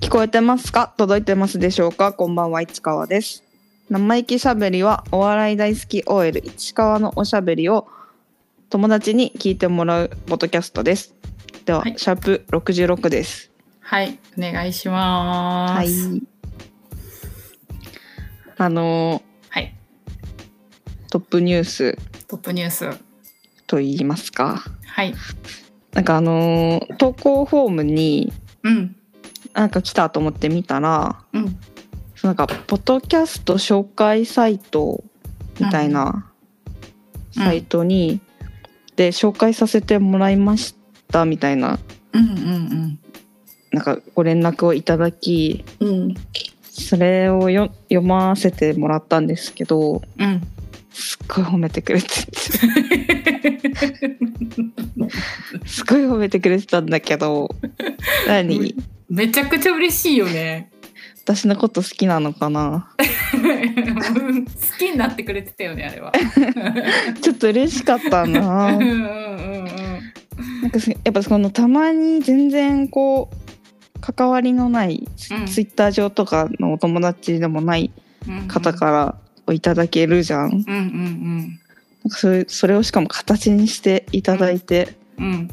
聞こえてますか届いてますでしょうかこんばんは市川です生意気しゃべりはお笑い大好き OL 市川のおしゃべりを友達に聞いてもらうポッドキャストですでは、はいシャープ66ですはい、お願いします。はいあのはい、ートップニューストップニュース。と言いますかはい、なんかあのー投稿フォームにうん、なんか来たと思って見たらうん、そのなんかポッドキャスト紹介サイトみたいなうんサイトに、で紹介させてもらいましたみたいなうん、うん、なんかご連絡をいただきうん、うん、それをよ読ませてもらったんですけどうん。 すっごい褒めてくれててすごい褒めてくれてたんだけど 何めちゃくちゃ嬉しいよね。 私のこと好きなのかなうん好きになってくれてたよね、あ れは。ちょっと嬉しかったうん、なうん、うん、なんかすやっぱそのたまに全然こう関わりのないツ,、うんイッター上とかのお友達でもないうん。方からをいただけるじゃん。なんうん、うん、かそれそれをしかも形にしていただいて、うん、うん。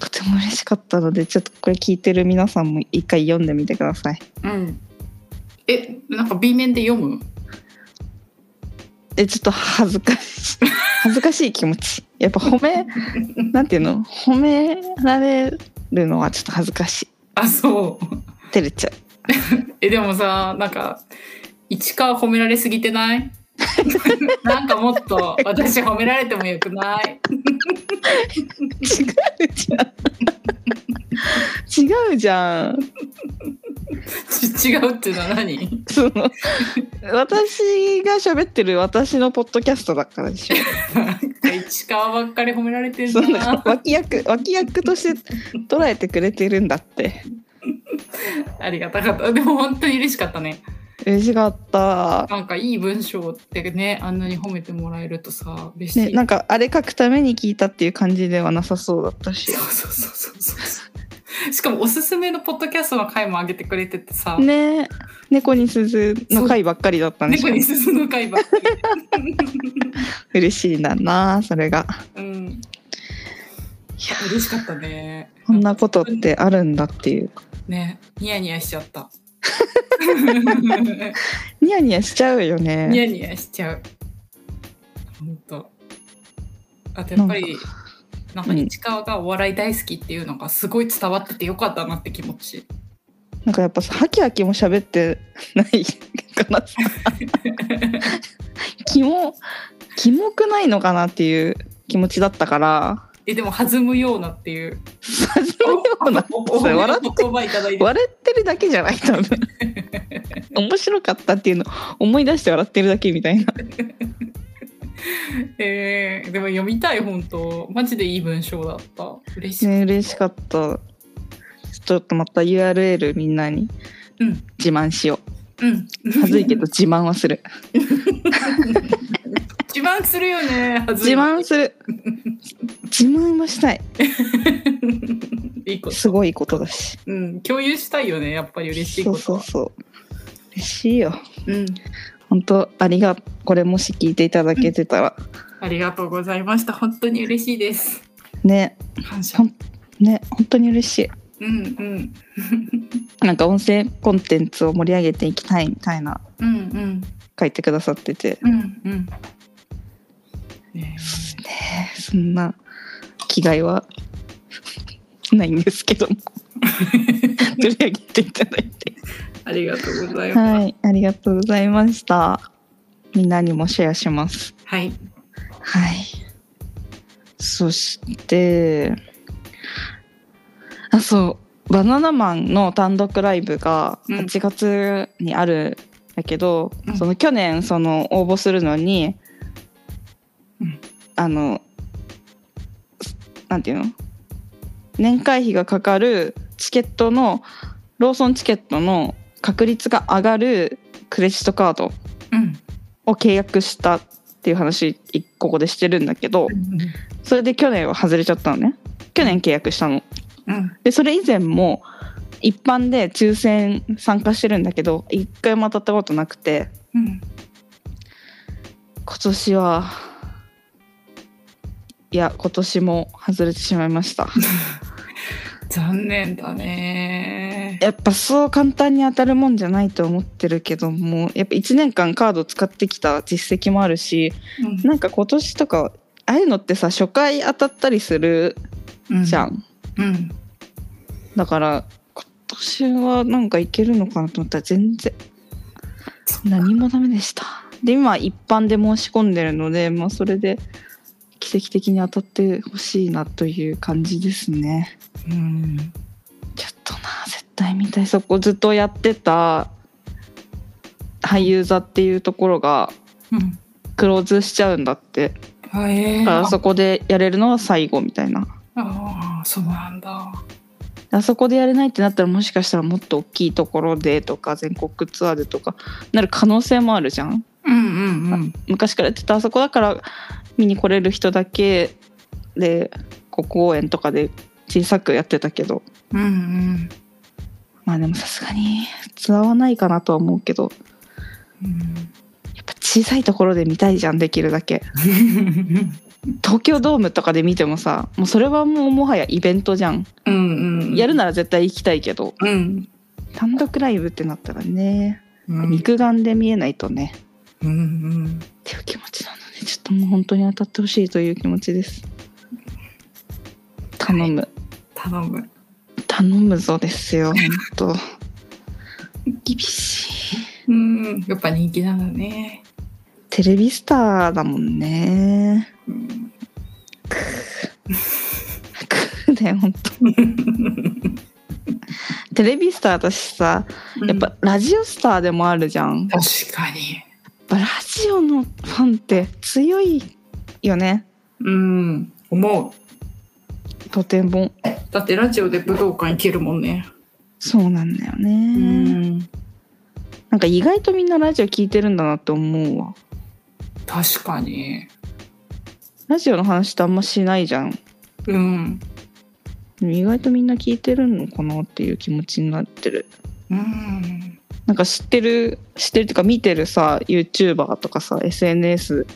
とても嬉しかったのでちょっとこれ聞いてる皆さんも一回読んでみてください。うん。え、なんか B 面で読むえちょっと恥ずか しい恥ずかしい気持ち。やっぱ褒めなんていうの褒められるのはちょっと恥ずかしい。あ、そう。照れちゃう。え、でもさ、なんか、市川褒められすぎてない なんかもっと私褒められてもよくない違うじゃん違うじゃんち違うっていうのは何その私が喋ってる私のポッドキャストだからでしょなんか市川ばっかり褒められてるそのな。脇役脇役として捉えてくれてるんだってありがたかった。でも本当に嬉しかったね。嬉しかった、なんかいい文章ってね、あんなに褒めてもらえるとさ、嬉しね、い。なんかあれ書くために聞いたっていう感じではなさそうだったしそうそうそうそうそう。しかもおすすめのポッドキャストの回も上げてくれててさ、ね猫に鈴の回ばっかりだったんでし猫ょに進む回ばっかり。嬉しいんだなそれがうん。いやや、嬉しかったね。こんなことってあるんだっていうね、ニヤニヤしちゃった。ニヤニヤしちゃうよねニヤニヤしちゃう。本当。あとやっぱり、なんかうん市川がお笑い大好きっていうのがすごい伝わっててよかったなって気持ち。なんかやっぱさハキハキも喋ってないかなキモキモくないのかなっていう気持ちだったからえ、でも弾むようなっていう。さすがにようなおおおそれ 笑っ言葉いただいて。笑ってるだけじゃない多分面白かったっていうの思い出して笑ってるだけみたいなえー、でも読みたい本当。マジでいい文章だった。嬉しい。ね嬉しかったちょっとまた URL みんなにうん。自慢しようん。う恥ずいけど自慢はする自慢するよね。弾む自慢する自慢はしたいいいこと。すごいことだしうん、共有したいよね、やっぱり嬉しいそうことそうは。そう嬉しいようん、本当ありがこれもし聞いていただけてたら、ありがとうございました。本当に嬉しいです。ね感謝。ほんね本当に嬉しうん、うん、 いなんか音声コンテンツを盛り上げていきたいみたいなうん、うん、書いてくださっててうん、うん。ねねそんな気概は ないんですけど も取り上げていただいてえありがとうございます。はいありがとうございましたみんなにもシェアしますはい、はいそしてあそうバナナマンの単独ライブがうん8月にあるんだけど、うんその去年その応募するのに、うんあのすなんていうの年会費がかかるチケットのローソンチケットの確率が上がるクレジットカードうん、を契約したっていう話ここでしてるんだけど、それで去年は外れちゃったのね去年契約したのうん、でそれ以前も一般で抽選参加してるんだけど一回も当たったことなくてうん。今年はいや今年も外れてしまいました 残念だね。やっぱそう簡単に当たるもんじゃないと思ってるけどもやっぱ1年間カード使ってきた実績もあるしうんなんか今年とかああいうのってさ初回当たったりするじゃん、。うん。だから今年はなんかいけるのかなと思ったら全然そっ何もダメでしたで今一般で申し込んでるので、まあ、それで奇跡的に当たってほしいなという感じですねうん。ちょっとな絶対見たいそこずっとやってた俳優座っていうところがうん。クローズしちゃうんだってあえだーからあそこでやれるのは最後みたいなああ、そうなんだ。あそこでやれないってなったらもしかしたらもっと大きいところでとか全国ツアーでとかなる可能性もあるじゃんうんうんうん。昔からやってたあそこだから見に来れる人だけでこう公園とかで小さくやってたけどうんうんまあでもさすがにツアーはないかなとは思うけどうん。やっぱ小さいところで見たいじゃんできるだけ東京ドームとかで見てもさもうそれはもうもはやイベントじゃんうんうん。やるなら絶対行きたいけどうん。単独ライブってなったらねうん。肉眼で見えないとねうんうっん。ていう気持ちなのでちょっともう本当に当たってほしいという気持ちです頼む頼む。頼むぞです よ、本当。厳しい。うん。やっぱ人気なんだね。テレビスターだもんね。うん。くだよ、本 当。テレビスターだしさ、やっぱラジオスターでもあるじゃん。やっ確かに。ぱラジオのファンって強いよね。うん。思う。とても。だってラジオで武道館行けるもんね。そうなんだよね。うん。なんか意外とみんなラジオ聞いてるんだなって思うわ。確かに。ラジオの話ってあんましないじゃん。うん。でも意外とみんな聞いてるのかなっていう気持ちになってる。うん。なんか知ってる知ってるっていうか見てるさ YouTuber とかさ SNS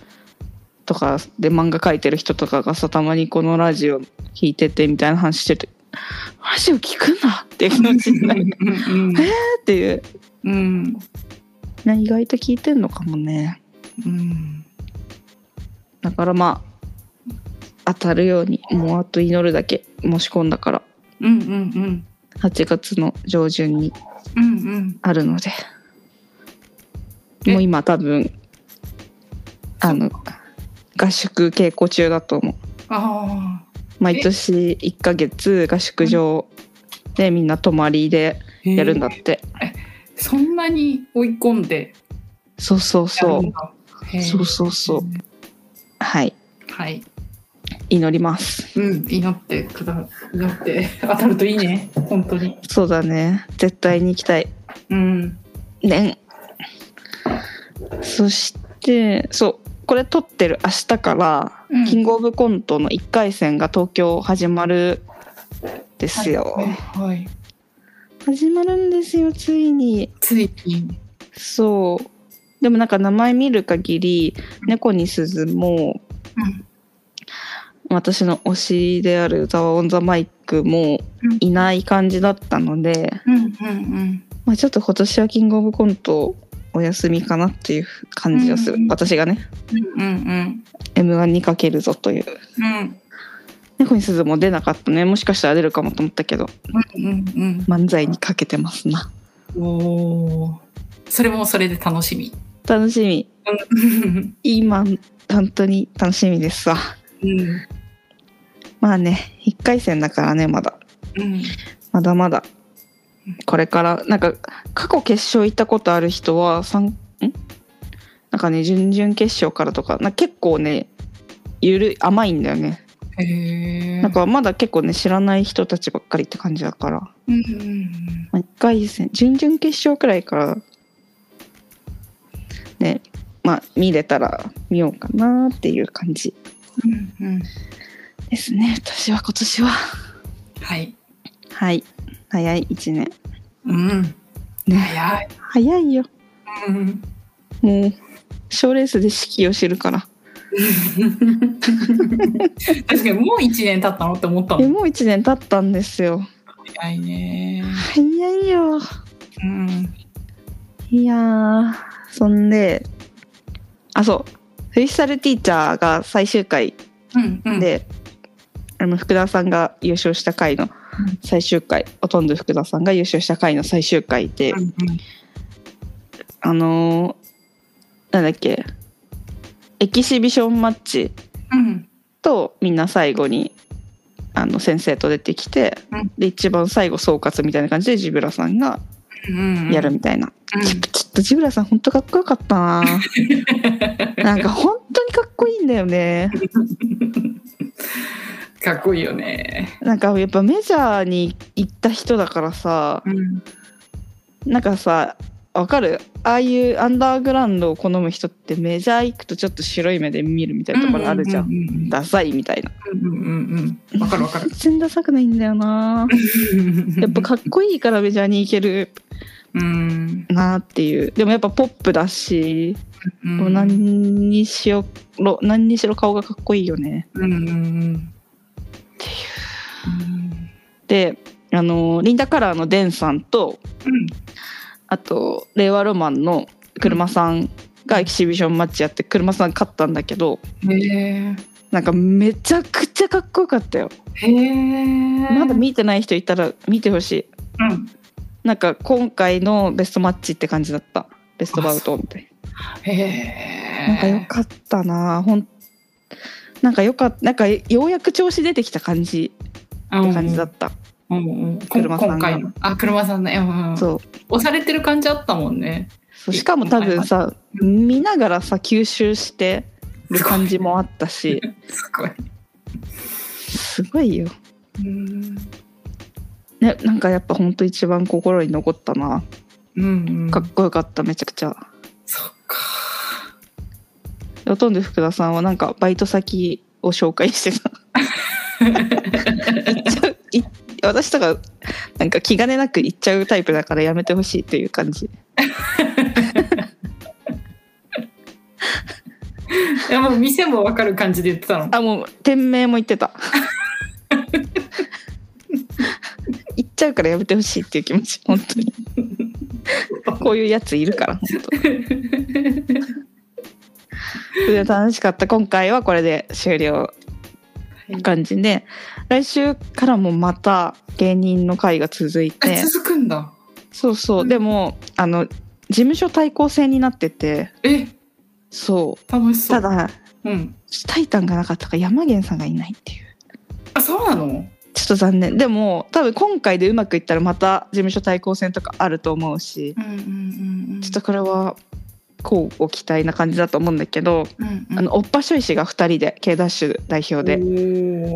とかで漫画描いてる人とかがさたまにこのラジオ聴いててみたいな話してるとラジオ聞くんだっていう気持ちになるっていう、うん。ね、意外と聞いてんのかもねうん。だからまあ当たるようにもうあと祈るだけ申し込んだからうんうんうん。 8月の上旬にうんうん。あるのでえもう今多分あの合宿稽古中だと思うあ毎年1ヶ月合宿場でみんな泊まりであ。へえやるんだっ。て、そんなに追い込んでそうそうやそるんだ。へうえそうそうそうはいはい。祈りますうん。祈ってくだ、祈って当たるといいね。本当に。そうだね絶対に行きたいうん。ねそしてそうこれ撮ってる明日からうんキングオブコントの1回戦が東京始まるですよ、はいはいはい。始まるんですよついについに。そうでもなんか名前見る限り猫に鈴もうん私の推しである歌はオン・ザ・マイクもうんいない感じだったので、うんうんまあ、ちょっと今年はキングオブコントお休みかなっていう感じがする、うん私がねうん。うんうん m 1にかけるぞといううん。うん猫に鈴も出なかったねもしかしたら出るかもと思ったけどうん漫才にかけてますなうん。おお。それもそれで楽しみ。楽しみ今本当に楽しみですわうん。まあね1回戦だからねまだうん。まだまだこれからなんか過去決勝行ったことある人はさんんなんかね準々決勝からとかなんか結構ねゆるい甘いんだよね、へえ。なん。かまだ結構ね知らない人たちばっかりって感じだから、うんうんまあ、1回戦準々決勝くらいからねまあ見れたら見ようかなっていう感じうん。うんうん。ですね私は今年ははい。はい早い1年うん。ね早い。早いようん。もう賞レースで四季を知るから確かにもう一年経ったのって思ったえの。もう一年経ったんですよ早いね。早いようん。いやーそんであそうフリースタイルティーチャーが最終回うん。うん。で、あの福田さんが優勝した回の最終回ほとんど福田さんが優勝した回の最終回で、うん。うん。あのーなんだっけエキシビションマッチうん。とみんな最後にあの先生と出てきて、うんで一番最後総括みたいな感じでジブラさんがうん。やる。みたいな、うん。ちょっとジブラさんほんとかっこよかった ななんか本当にかっこいいんだよねかっこいいよね。なんかやっぱメジャーに行った人だからさうん。なんかさわかるああいうアンダーグラウンドを好む人ってメジャー行くとちょっと白い目で見るみたいなところあるじゃん,、うんうんダサいみたいなうんうんうん。わかるわかる。全然ダサくないんだよな やっぱかっこいいからメジャーに行けるうん。なっていうでもやっぱポップだし、うん。もう何にしろ何にしろ顔がかっこいいよねうんうんうん。てであのリンダカラーのデンさんとうん。あと令和ロマンの車さんがエキシビションマッチやって車さん勝ったんだけどうん。へえ。なんかめちゃくちゃかっこよかったよへえ。まだ見てない人いたら見てほしいうん。なんか今回のベストマッチって感じだったベストバウトみたいなへえ。なんかよかったなほんなんかよかったなんかようやく調子出てきた感じって感じだった、うんうん、こ車さんが今回のあ車さんね、うんうん、そう押されてる感じあったもんねそうしかも多分さ見ながらさ吸収してる感じもあった しすごい、すごいよ、うんね、なんかやっぱほんと一番心に残ったなうんうん、かっこよかっためちゃくちゃそっかほとんど福田さんはなんかバイト先を紹介して た行っちゃうい私とかなんか気兼ねなく行っちゃうタイプだからやめてほしいっていう感じいやもう店もわかる感じで言ってたのあもう店名も言ってた行っちゃうからやめてほしいっていう気持ち本当にこういうやついるから本当それで楽しかった今回はこれで終了って感じで来週からもまた芸人の会が続いてえ続くんだそうそう、うんでもあの事務所対抗戦になっててえそ楽しうそうただうん、タイタンがなかったから山源さんがいないっていうあそうなのちょっと残念でも多分今回でうまくいったらまた事務所対抗戦とかあると思うしうんうんうんうんちょっとこれはこうご期待な感じだと思うんだけど、うんうんあのおっぱしょい氏が2人で K ダッシュ代表でお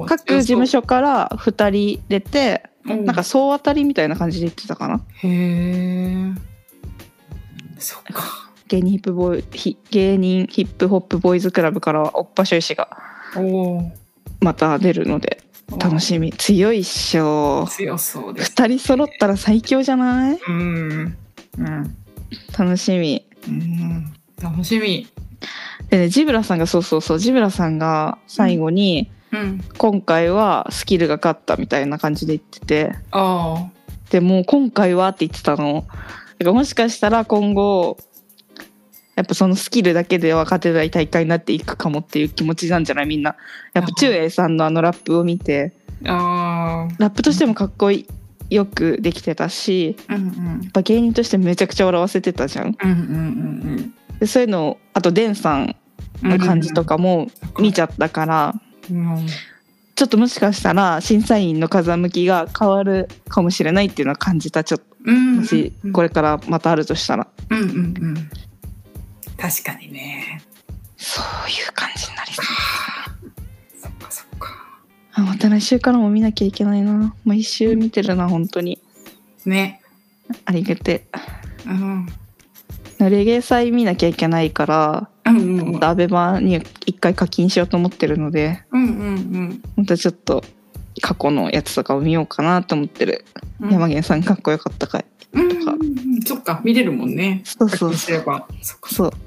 ー各事務所から2人出てうんなんか総当たりみたいな感じで言ってたかなへえそっか芸人ヒップボーイひ芸人ヒップホップボーイズクラブからはおっぱしょい氏がおーまた出るのでおー楽しみ強いっしょ強そうです2人揃ったら最強じゃないうんうん楽しみうん楽しみでねジブラさんがそうそうそうジブラさんが最後に、うん今回はスキルが勝ったみたいな感じで言っててああでもう今回はって言ってたのだからもしかしたら今後やっぱそのスキルだけでは勝てない大会になっていくかもっていう気持ちなんじゃないみんなやっぱ中英さんのあのラップを見てあラップとしてもかっこいいよくできてたしあ、うんうんやっぱ芸人としてめちゃくちゃ笑わせてたじゃんうんうんでそういうのをあとデンさんうんうのん。感じとかも見ちゃったから、うん。ちょっともしかしたら審査員の風向きが変わるかもしれないっていうのは感じたちょっとうん。もしこれ。れからまたあるとしたら、うんうんうん。確かにね。そういう感じになりそうそっかそっか。あまた来週からも見なきゃいけないなもう一周見てるな本当にね。ありがてうん。えレゲエ祭見なきゃいけないから、うんうんうまんたアベマに一回課金しようと思ってるのでうんうんまたちょっと過去のやつとかを見ようかなと思ってるうん。山源さんかっこよかったかいうんうんうんそっか見れるもんねそうそう課金すればそっかそう。や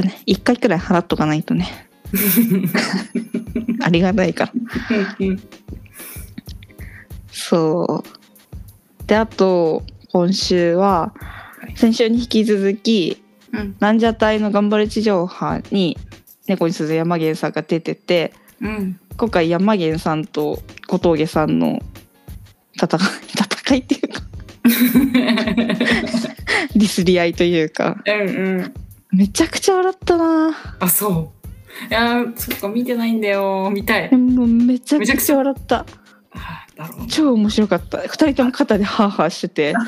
っぱね、一回くらい払っとかない とね、ありがたいから。うんうんそう。で、あと、今週ははい、先週に引き続き、 うんランジャタイの頑張れ地上波に、猫に鈴山源さんが出てて、うん今回山源さんと小峠さんの戦い、 戦いっていうか、ディスり合いというか、うんうんめちゃくちゃ笑ったなあそういやーそっか見てないんだよ見たいもうめちゃくちゃ笑った。あーだろうな超面白かった二人とも肩でハーハーして てか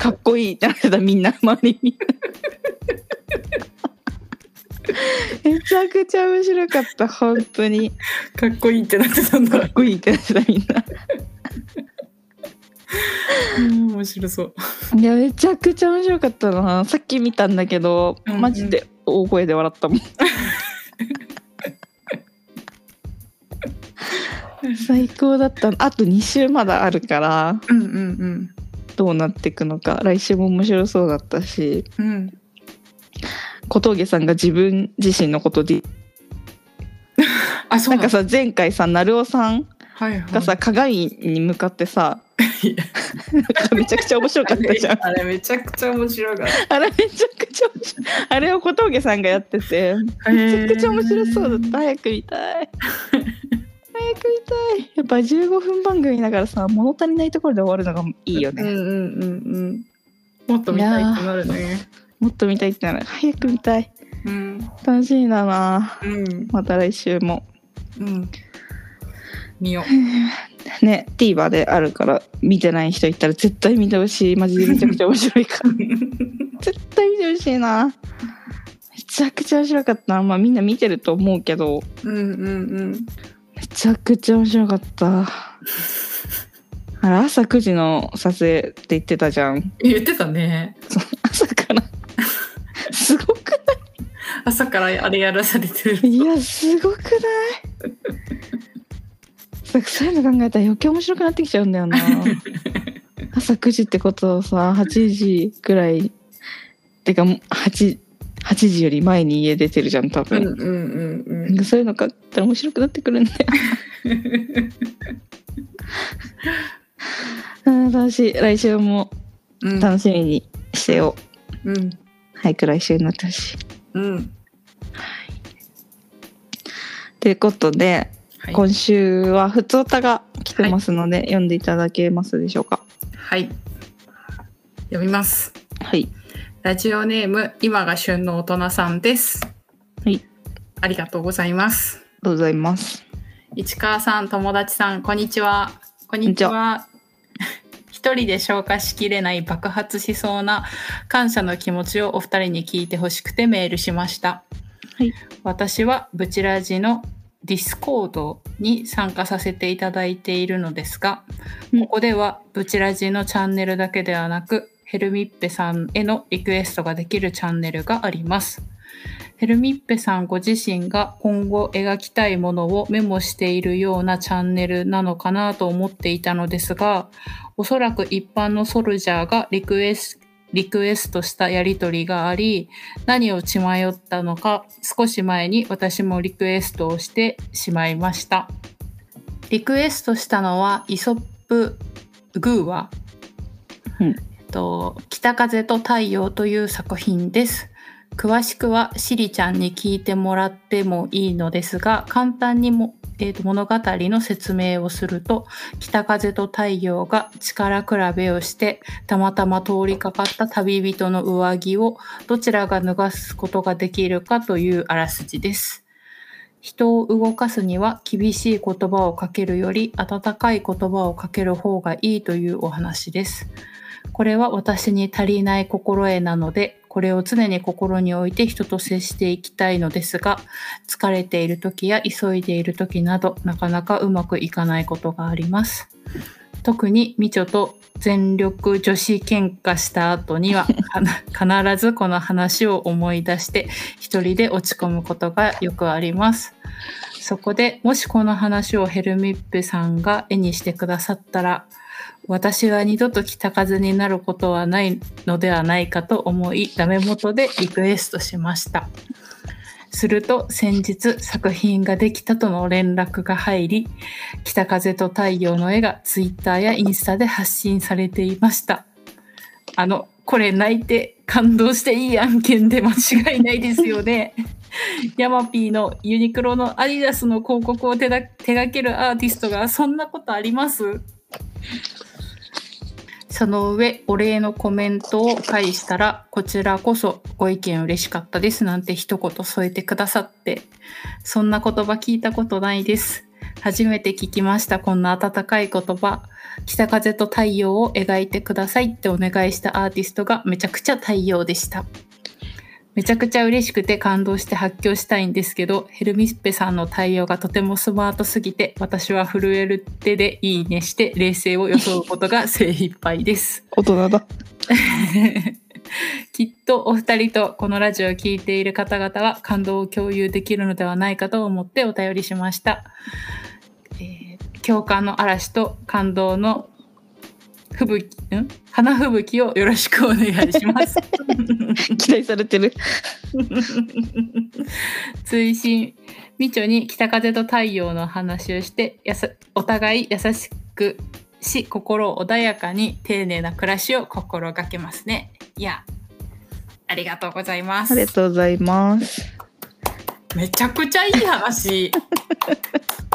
かっこいいってなってたみんな周りにめちゃくちゃ面白かった本当にかかっこいいってなってたんだっこいいってなってたみんなうん面白そういやめちゃくちゃ面白かったなさっき見たんだけどうんうんマジで大声で笑った もん最高だったあと2週まだあるからうんうんどうなっていくのか来週も面白そうだったしうんうん小峠さんが自分自身のことであそうななんんかださ前回さ成尾さんはいはいがさ鏡に向かってさいやなんかめちゃくちゃ面白かったじゃん あれあれめちゃくちゃ面白かっあれめちゃくちゃ面白いあれを小峠さんがやっててためちゃくちゃ面白そうだったへ早く見た い早く見たいやっぱ15分番組だからさ物足りないところで終わるのがいいよーうね、んうんうんうんもっと見たいってなるねもっと見たいってなる早く見たいうん楽しみだなうんまた来週もうん見ようね TVer であるから見てない人いたら絶対見てほしいマジでめちゃくちゃ面白いから 絶対見てほしいなめちゃくちゃ面白かったなまあみんな見てると思うけどうんうんうんめちゃくちゃ面白かったあれ朝9時の撮影って言ってたじゃん言ってたね朝からすごくな朝からあれやらされてるいいやすごくないさそういうの考えたら余計面白くなってきちゃうんだよ な朝9時ってことはさ8時ぐらいてか 8, 8時より前に家出てるじゃん多う分、んうんうんうなんんかそういうの考えたら面白くなってくる んだようん楽しい来週もうん楽しみにしてよ、うん早く来週になってほしいうんということで、はい今週はふつおたが来てますので、読んでいただけますでしょうかはい読みますはいラジオネーム今が旬の大人さんですはいありがとうございまあすりがとうございます市川さん友達さんこんにちはこんににちちは 一人で消化しきれない爆発しそうな感謝の気持ちをお二人に聞いてほしくてメールしました、はい私はブチラジのディスコードに参加させていただいているのですが、うんここではブチラジのチャンネルだけではなくヘルミッペさんへのリクエストができるチャンネルがありますヘルミッペさんご自身が今後描きたいものをメモしているようなチャンネルなのかなと思っていたのですが、おそらく一般のソルジャーがリクエスリクエストしたやりとりがあり、何を血迷ったのか、少し前に私もリクエストをしてしまいました。リクエストしたのは、イソップ・グーワ、うんえっと「北風と太陽」という作品です。詳しくはシリちゃんに聞いてもらってもいいのですが簡単にも、えーと物語の説明をすると北風と太陽が力比べをしてたまたま通りかかった旅人の上着をどちらが脱がすことができるかというあらすじです。人を動かすには厳しい言葉をかけるより温かい言葉をかける方がいいというお話です。これは私に足りない心得なので、これを常に心に置いて人と接していきたいのですが、疲れている時や急いでいる時など、なかなかうまくいかないことがあります。特にみちょと全力女子喧嘩した後にはかな必ずこの話を思い出して一人で落ち込むことがよくあります。そこでもしこの話をヘルミッペさんが絵にしてくださったら私は二度と北風になることはないのではないかと思いダメ元でリクエストしましたすると先日作品ができたとの連絡が入り北風と太陽の絵がツイッターやインスタで発信されていましたあのこれ泣いて感動していい案件で間違いないですよね ヤマピーのユニクロのアディダスの広告を手だ手掛けるアーティストがそんなことありますその上お礼のコメントを返したらこちらこそご意見嬉しかったですなんて一言添えてくださってそんな言葉聞いたことないです初めて聞きましたこんな温かい言葉北風と太陽を描いてくださいってお願いしたアーティストがめちゃくちゃ太陽でしためちゃくちゃ嬉しくて感動して発狂したいんですけどヘルミッペさんの対応がとてもスマートすぎて私は震える手でいいねして冷静を装うことが精一杯です大人だ。 きっとお二人とこのラジオを聞いている方々は感動を共有できるのではないかと思ってお便りしました、えー共感の嵐と感動の吹雪ん花吹雪をよろしくお願いします期待されてる。追伸みちょに北風と太陽の話をしてやさお互い優しくし心を穏やかに丁寧な暮らしを心がけますねいやありがとうございまあすりがとうございます。めちゃくちゃいい話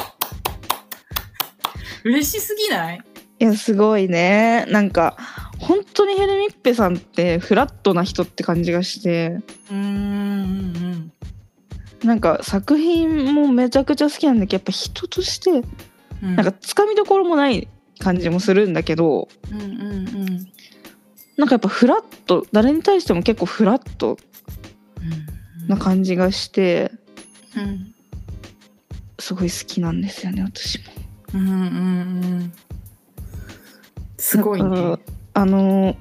嬉しすぎないいやすごいねなんか本当にヘルミッペさんってフラットな人って感じがしてうーんなんか作品もめちゃくちゃ好きなんだけどやっぱ人としてうんなんかつかみどころもない感じもするんだけどうんうんうんうんなんかやっぱフラット誰に対しても結構フラットな感じがしてうんすごい好きなんですよね私も。うんうんうんすごいだかねらあの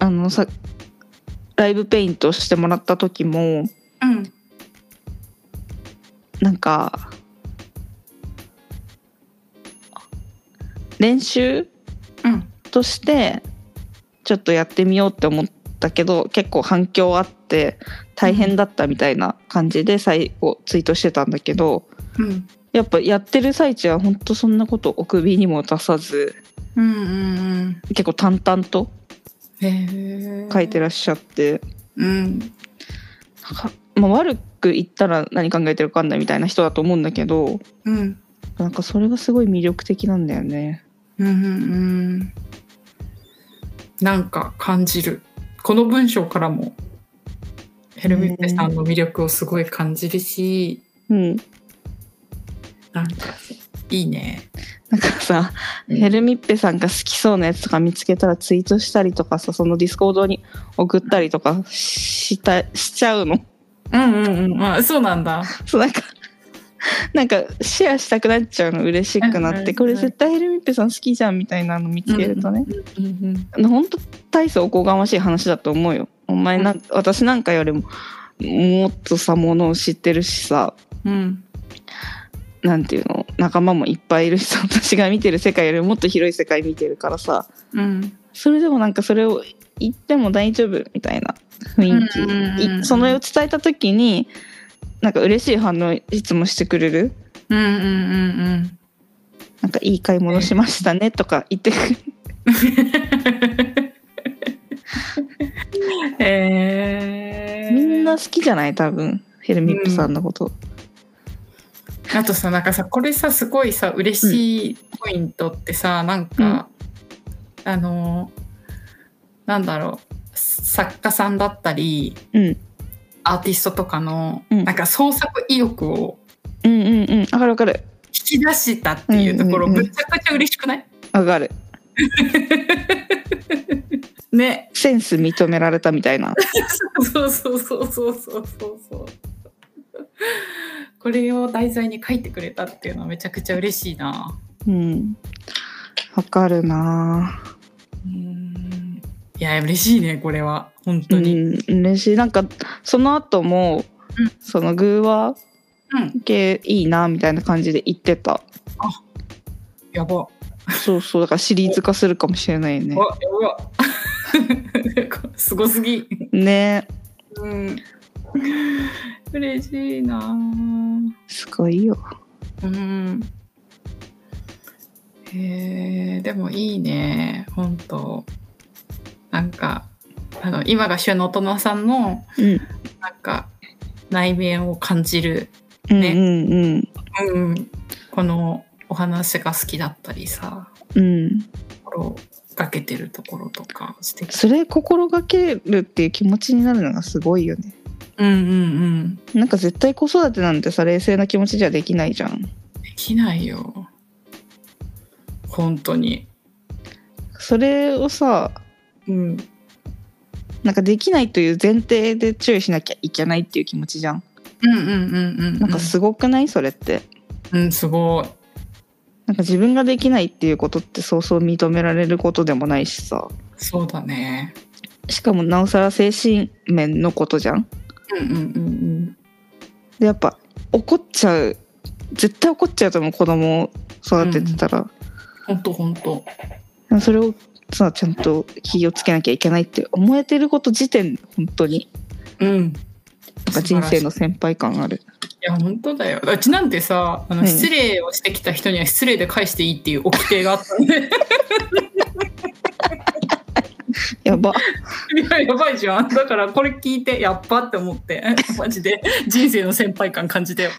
あのさライブペイントしてもらった時もうんなんか練習うんとしてちょっとやってみようって思ったけど結構反響あって大変だったみたいな感じで最後ツイートしてたんだけどうんやっぱやってる最中は本当そんなことお首にも出さずうんうん結構淡々とうんへえ書いてらっしゃって、うんなんかまあ、悪く言ったら何考えてるかわかんないみたいな人だと思うんだけどうんなんかそれがすごい魅力的なんだよね。うんうんうんなんか感じるこの文章からもヘルミッペさんの魅力をすごい感じるし、うんなんかいいねなんかさ、うんヘルミッペさんが好きそうなやつとか見つけたらツイートしたりとかさ、そのディスコードに送ったりとかした、しちゃうの。 うんうんうんあそうなんだそう、なんか、なんかシェアしたくなっちゃうの嬉しくなっうんうんうて、んこれ絶対ヘルミッペさん好きじゃんみたいなの見つけるとね。うんうんほんと大層おこがましい話だと思うよ。お前なんか、私なんかよりも、もっとさ、ものを知ってるしさ、うんなんていうの、仲間もいっぱいいるしさ、 私が見てる世界よりもっと広い世界見てるからさ、うんそれでもなんかそれを言っても大丈夫みたいな雰囲気、うんうんうんうんいその絵を伝えた時になんか嬉しい反応いつもしてくれるうんうんうんうんなんかいい買い物しましたねとか言ってくれる えー、みんな好きじゃない多分ヘルミップさんのこと、あとさなんかさこれさすごいさ嬉しいポイントってさ、なんか、あのーなんだろう作家さんだったりうん、アーティストとかの、うんなんか創作意欲をうんうんうんわかるわかる引き出したっていうところ、うんうんうんむちゃくちゃ嬉しくない わかるねセンス認められたみたいなそうそうそうそうそうそうそうこれを題材に書いてくれたっていうのはめちゃくちゃ嬉しいなうんわかるなぁうんいや嬉しいねこれは本当うに、ん嬉しいなんかその後も、うんそのグーワうん。系いいなみたいな感じで言ってたやば。そうそうだからシリーズ化するかもしれないよねあ、やば。 すごすぎ。ねうん。嬉しいなぁ。すごいようん。へえ、でもいいね、本当。なんか、あの、今が旬の大人さんの、うんなんか、内面を感じる、うんねうんうん、このお話が好きだったりさ、うんうん心がけてるところとか、素敵。それ心がけるっていう気持ちになるのがすごいよねうんうんうん。なんか絶対子育てなんてさ冷静な気持ちじゃできないじゃんできないよ。本当に。それをさうん。なんかできないという前提で注意しなきゃいけないっていう気持ちじゃんうんうんうんうん、うん。なんかすごくないそれってうん、すごい。なんか自分ができないっていうことってそうそう認められることでもないしさそうだね。しかもなおさら精神面のことじゃんうんうんうんでやっぱ怒っちゃう絶対怒っちゃうと思う子供を育ててたら、うん。本当本当。でもそれをさちゃんと気をつけなきゃいけないって思えてること時点で本当にうん。なんか人生の素晴らしい先輩感あるいや本当だようちなんてさあの、うん失礼をしてきた人には失礼で返していいっていう規定があったんでや ばいややばいじゃんだからこれ聞いてやっぱって思って マジで人生の先輩感感じたよ、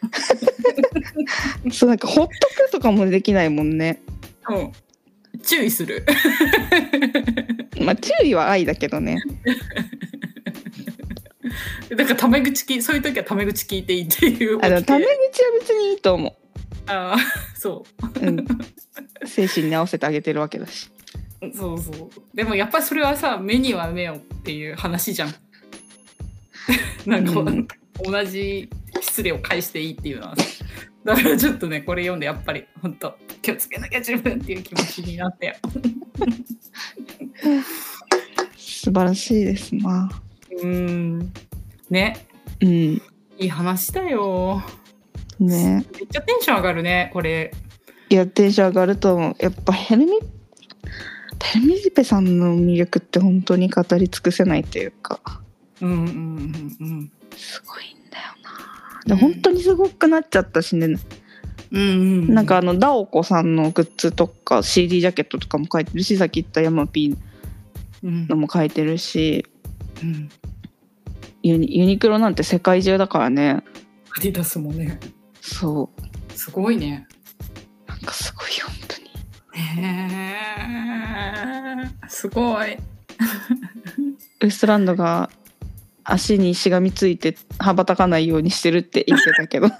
そうなんかほっとくとかもできないもんねうん、注意する まあ注意は愛だけどねだからタメ口きそういう時はタメ口聞いていいっていう あのタメ規定口は別にいいと思あー そうう、 うん、精神に合わせてあげてるわけだしそうそうでもやっぱりそれはさ目には目をっていう話じゃん なんか、うん同じ失礼を返していいっていうのはさだからちょっとねこれ読んでやっぱり本当気をつけなきゃ自分っていう気持ちになったよ素晴らしいですなうんねうんいい話だよねめっちゃテンション上がるねこれいやテンション上がると思うやっぱヘルミヘルミリペさんの魅力って本当に語り尽くせないというかうんうんうんすごいんだよなで本当にすごくなっちゃったしね、うんうんうんなんかあのダオコさんのグッズとか CD ジャケットとかも書いてるしさっき言ったヤマピーうんのも書いてるしうんユニユニクロなんて世界中だからねアディダスもねそうすごいねなんかすごいよ本当にへえすごいウエストランドが足にしがみついて羽ばたかないようにしてるって言ってた けど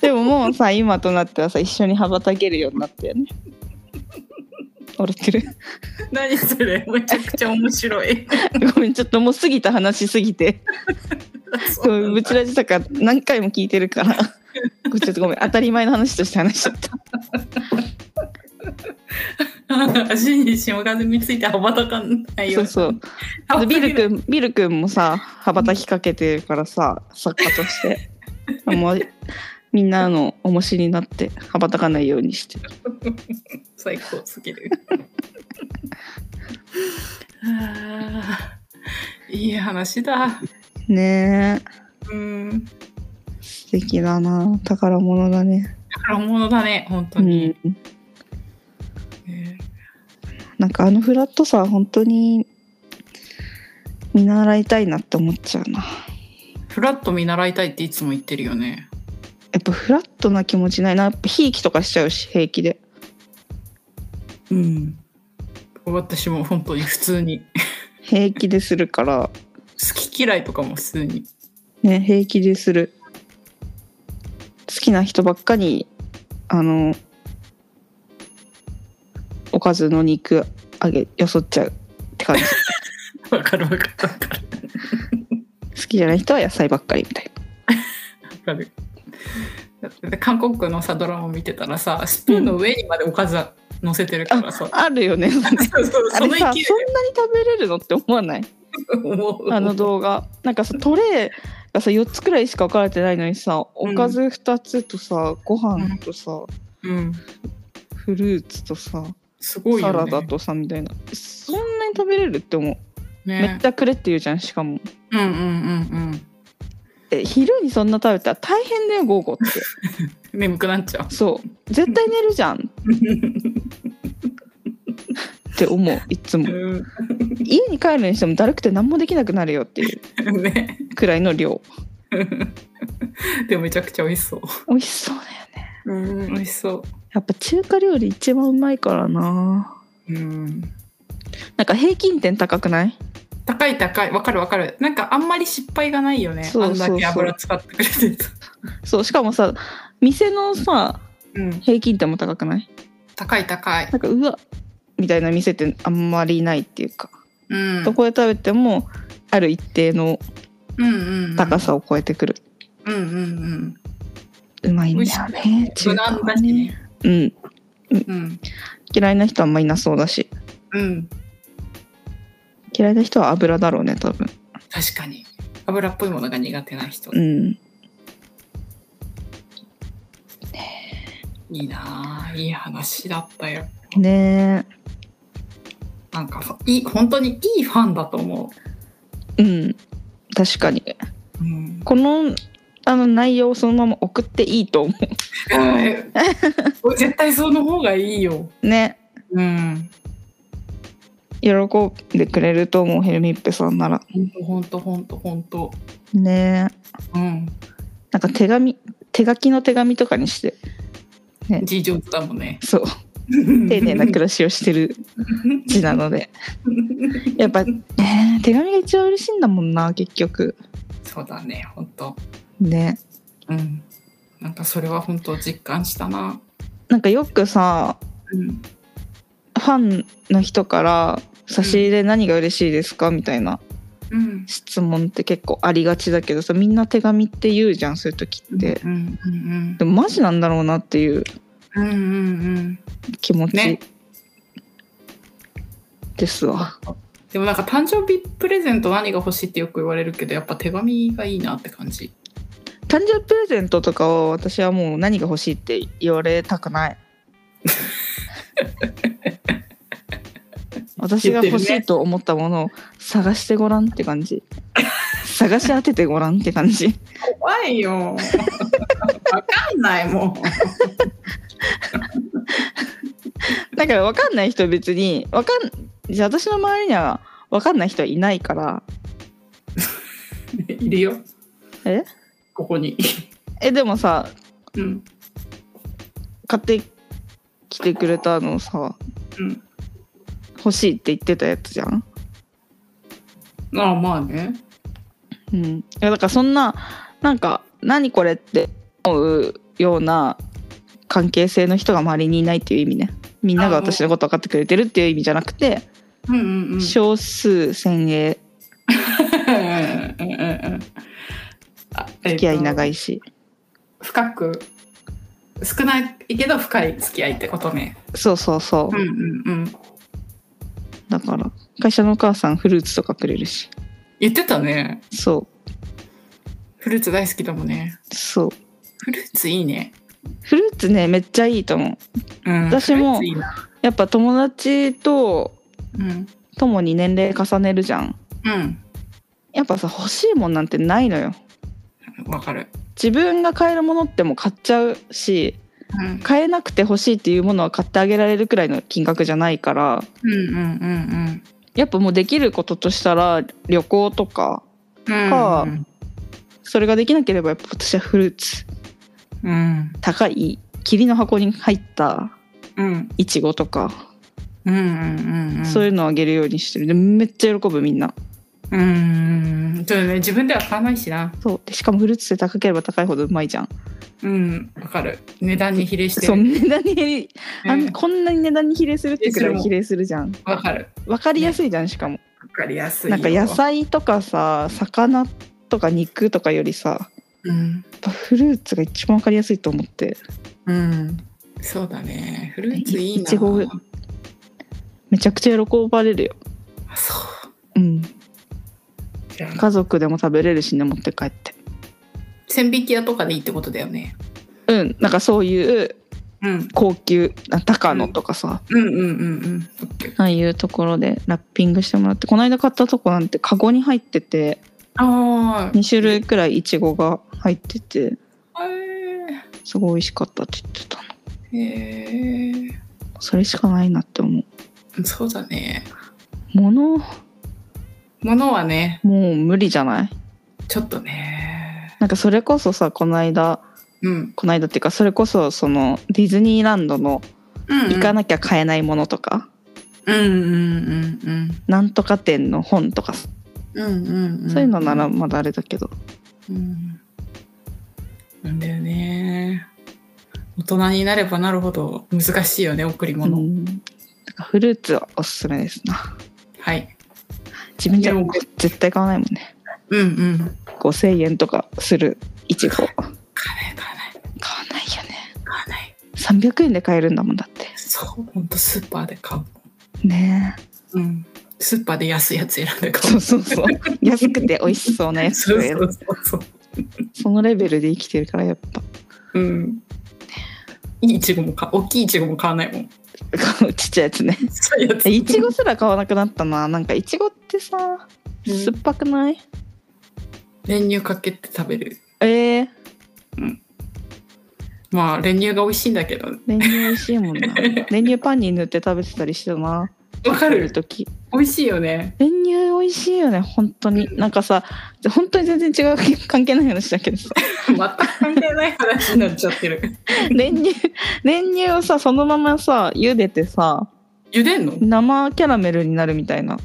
でももうさ今となってはさ一緒に羽ばたけるようになったよね折れてる何それめちゃくちゃ面白い。ごめんちょっともう過ぎた話しすぎてごめんぶちラジとか何回も聞いてるからごめんちょっとごめん当たり前の話として話しちゃった足にしもがみついて羽ばたかないそよ。うそう羽ばたビけないル君ビル君もさ羽ばたきかけてるからさ作家と してもうみんなの重しになって羽ばたかないようにして最高すぎる。 あーいい話だ。ねえうん。素敵だな宝物だね、宝物だね、本当うに。ん、なんかあのフラットさ本当に見習いたいなって思っちゃうなフラット見習いたいっていつも言ってるよね。やっぱフラットな気持ちないなやっぱひいきとかしちゃうし平気でうん。私も本当に普通に。平気でするから好き嫌いとかも普通に。ね平気でする好きな人ばっかにあのおかずの肉あげよそっちゃうって 感じ好わかるわかるわかる。きじゃない人は野菜ばっかりみたいわかるだって韓国のさドラマ見てたらさスプーンの上にまでおかず乗せてるからさ、なあるよね そうそうあそれのさそんな勢いに食べれるのって思わないで思うあの動画なんかさトレーかさ4つくらいしか分かれてないのにさおうんかず2つとさ、ご飯とさ、うん、フルーツとさ、すごいよサねラダとさみたいなそんなに食べれるって思う、めっねちゃくれって言うじゃんしかもうんうんうんえ昼にそんな食べたら大変だよ午後って うん眠くなっちゃうそう絶対寝るじゃん って思ういつもう家に帰るにしてもだるくて何もできなくなるよっていんねうくらいの量でもめちゃくちゃ美味しそう美味しそうだよねうん美味しそうやっぱ中華料理一番うまいからなうんなんか平均点高くない高い高いわかるわかるなんかあんまり失敗がないよねそうそうそうあんだけ油使ってくれてるとそうしかもさ店のさうん平均点も高くない高い高いなんかうわみたいな店ってあんまりないっていうか、うんどこで食べてもある一定のうんうんうん高さを超えてくる、うんうんうんうまいんだよね中無華難はだしねねうんうん嫌いな人あんまいなそうだしうん嫌いな人は油だろうね多分確かに油っぽいものが苦手な人、うんいいなあいい話だったよねなんかさいい本当にいいファンだと思えうん確かにう、うん、 このあの内容をそのまま送っていいと思えー絶対その方がいいようねうん喜んでくれると思うヘルミッペさんならほんとほんとほんとほんとねえうんなんか手紙手書きの手紙とかにして字上手だもんねそう丁寧な暮らしをしてる字なので やっぱ、ねえ手紙が一番嬉しいんだもんな結局そうだねほんとねうんなんかそれは本当実感したななんかよくさうんファンの人から差し入れ何が嬉しいですかみたいなうん質問って結構ありがちだけどさみんな手紙って言うじゃんそういう時って、うんうんでもマジなんだろうなっていううんうんうんうん気持ちねですわ、でもなんか誕生日プレゼント何が欲しいってよく言われるけどやっぱ手紙がいいなって感じ誕生日プレゼントとかは私はもう何が欲しいって言われたくない 私が欲しいと思ったものを探してごらんって感じ探し当ててごらんって感じ怖いよわかんないもだから分かんない人別に分かんじゃあ私の周りには分かんない人はいないからういるよえここにえでもさうん買ってきてくれたのさうん欲しいって言ってたやつじゃん、ああまあねうん、いやだからそんななんか何これって思うような関係性の人が周りにいないっていう意味ねみんながあもう私のこと分かってくれてるっていう意味じゃなくて、うんうんうん少数先鋭うんうんうんうんあえっと付き合い長いし、深く少ないけど深い付き合いってことねそうそうそう、うんうんうんだから会社のお母さんフルーツとかくれるし言ってたねそうフルーツ大好きだもんねそう。フルーツいいねフルーツね、めっちゃいいと思う。うん私もフルーツいいなやっぱ友達とうん共に年齢重ねるじゃん。うんやっぱさ、欲しいもんなんてないのよ。わかる自分が買えるものってもう買っちゃうし、うん買えなくて欲しいっていうものは買ってあげられるくらいの金額じゃないから、うんうんうんやっぱもうできることとしたら旅行とか、うんうんかそれができなければやっぱ私はフルーツ、うん高い、霧の箱に入ったうんイチゴとか、うんうんうんそういうのをあげるようにしてる。で、めっちゃ喜ぶみんな。うんうんうんそうだね自分では買わないしなそう。でしかもフルーツって高ければ高いほどうまいじゃん。うんわかる値段に比例してそうる値段に減り、あんねこんなに値段に比例するってくらい比例するじゃんわ、かるわかりやすいじゃん、しかもわかりやすいなよんか野菜とかさ魚とか肉とかよりさうんやっぱフルーツが一番わかりやすいと思ってうんそうだねフルーツいいないちごめちゃくちゃ喜ばれるよあそううんじゃあ家族でも食べれるしね持って帰って千匹屋とかでいいってことだよね。うんなんかそういううん、高級な高野とかさ、うんうんうんうん。オッケーああいうところでラッピングしてもらってこの間買ったとこなんてカゴに入っててあ2種類くらいいちごが入っててあ。へすごい美味しかったって言ってたのえ。へそれしかないなって思うーそうだね。物ものはね、もう無理じゃないちょっとね。なんかそれこそさこの間うん。この間っていうかそれこそそのディズニーランドのうんうん行かなきゃ買えないものとか、うんうんうんなんとか店の本とかさうん。うんうんうん。そういうのならまだあれだけど、うん。なんだよね。大人になればなるほど難しいよね、贈りう物。んなんかフルーツはおすすめですなはい。自分じゃでも絶対買わないもんねうんうん。 5,000円とかするい ちご買わ買わない、買わなない、いよね買わない。 300円で買えるんだもんだってそう、ほんとスーパーで買う。ねえうん。スーパーで安いやつ選んで買そうう。そう そう安くて美味しそうなやつそうでそうそうそう。そのレベルで生きてるからやっぱ うん。いいイチゴもか、大きいイチゴも買わないもん。ちっちゃいやつ ねそういうやつ。いちごすら買わなくなったななんかいちごってさうん酸っぱくない、練乳かけて食べる。えー、まあ、練乳が美味しいんだけど。練乳美味しいもん な練乳パンに塗って食べてたりしてたなわか食べるる時美味しいよね。練乳美味しいよね本当になんかさ本当に全然違う関係ない話だけど さ全く関係ない話になっちゃってる。練乳練乳をさそのままさ茹でてさ茹でんの生キャラメルになるみたいな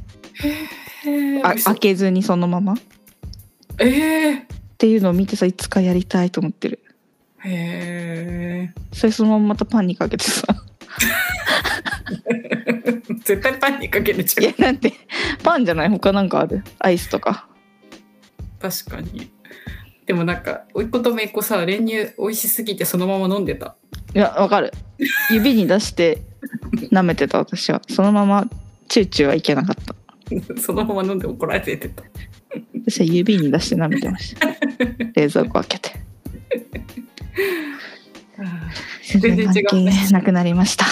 へあ開けずにそのままっえへていうのを見てさいつかやりたいと思ってるえへえそれそのまままたパンにかけて さ絶対パンにかけるじいゃんやなんてパンじゃない他なんかあるアイスとか確かにでもなんか甥っ子と姪っ子さ練乳美味しすぎてそのまま飲んでたいやわかる指に出して舐めてた私はそのままチューチューはいけなかったそのまま飲んで怒られてた私は指に出して舐めてま した冷蔵庫開けて全然違う然関係なくなりました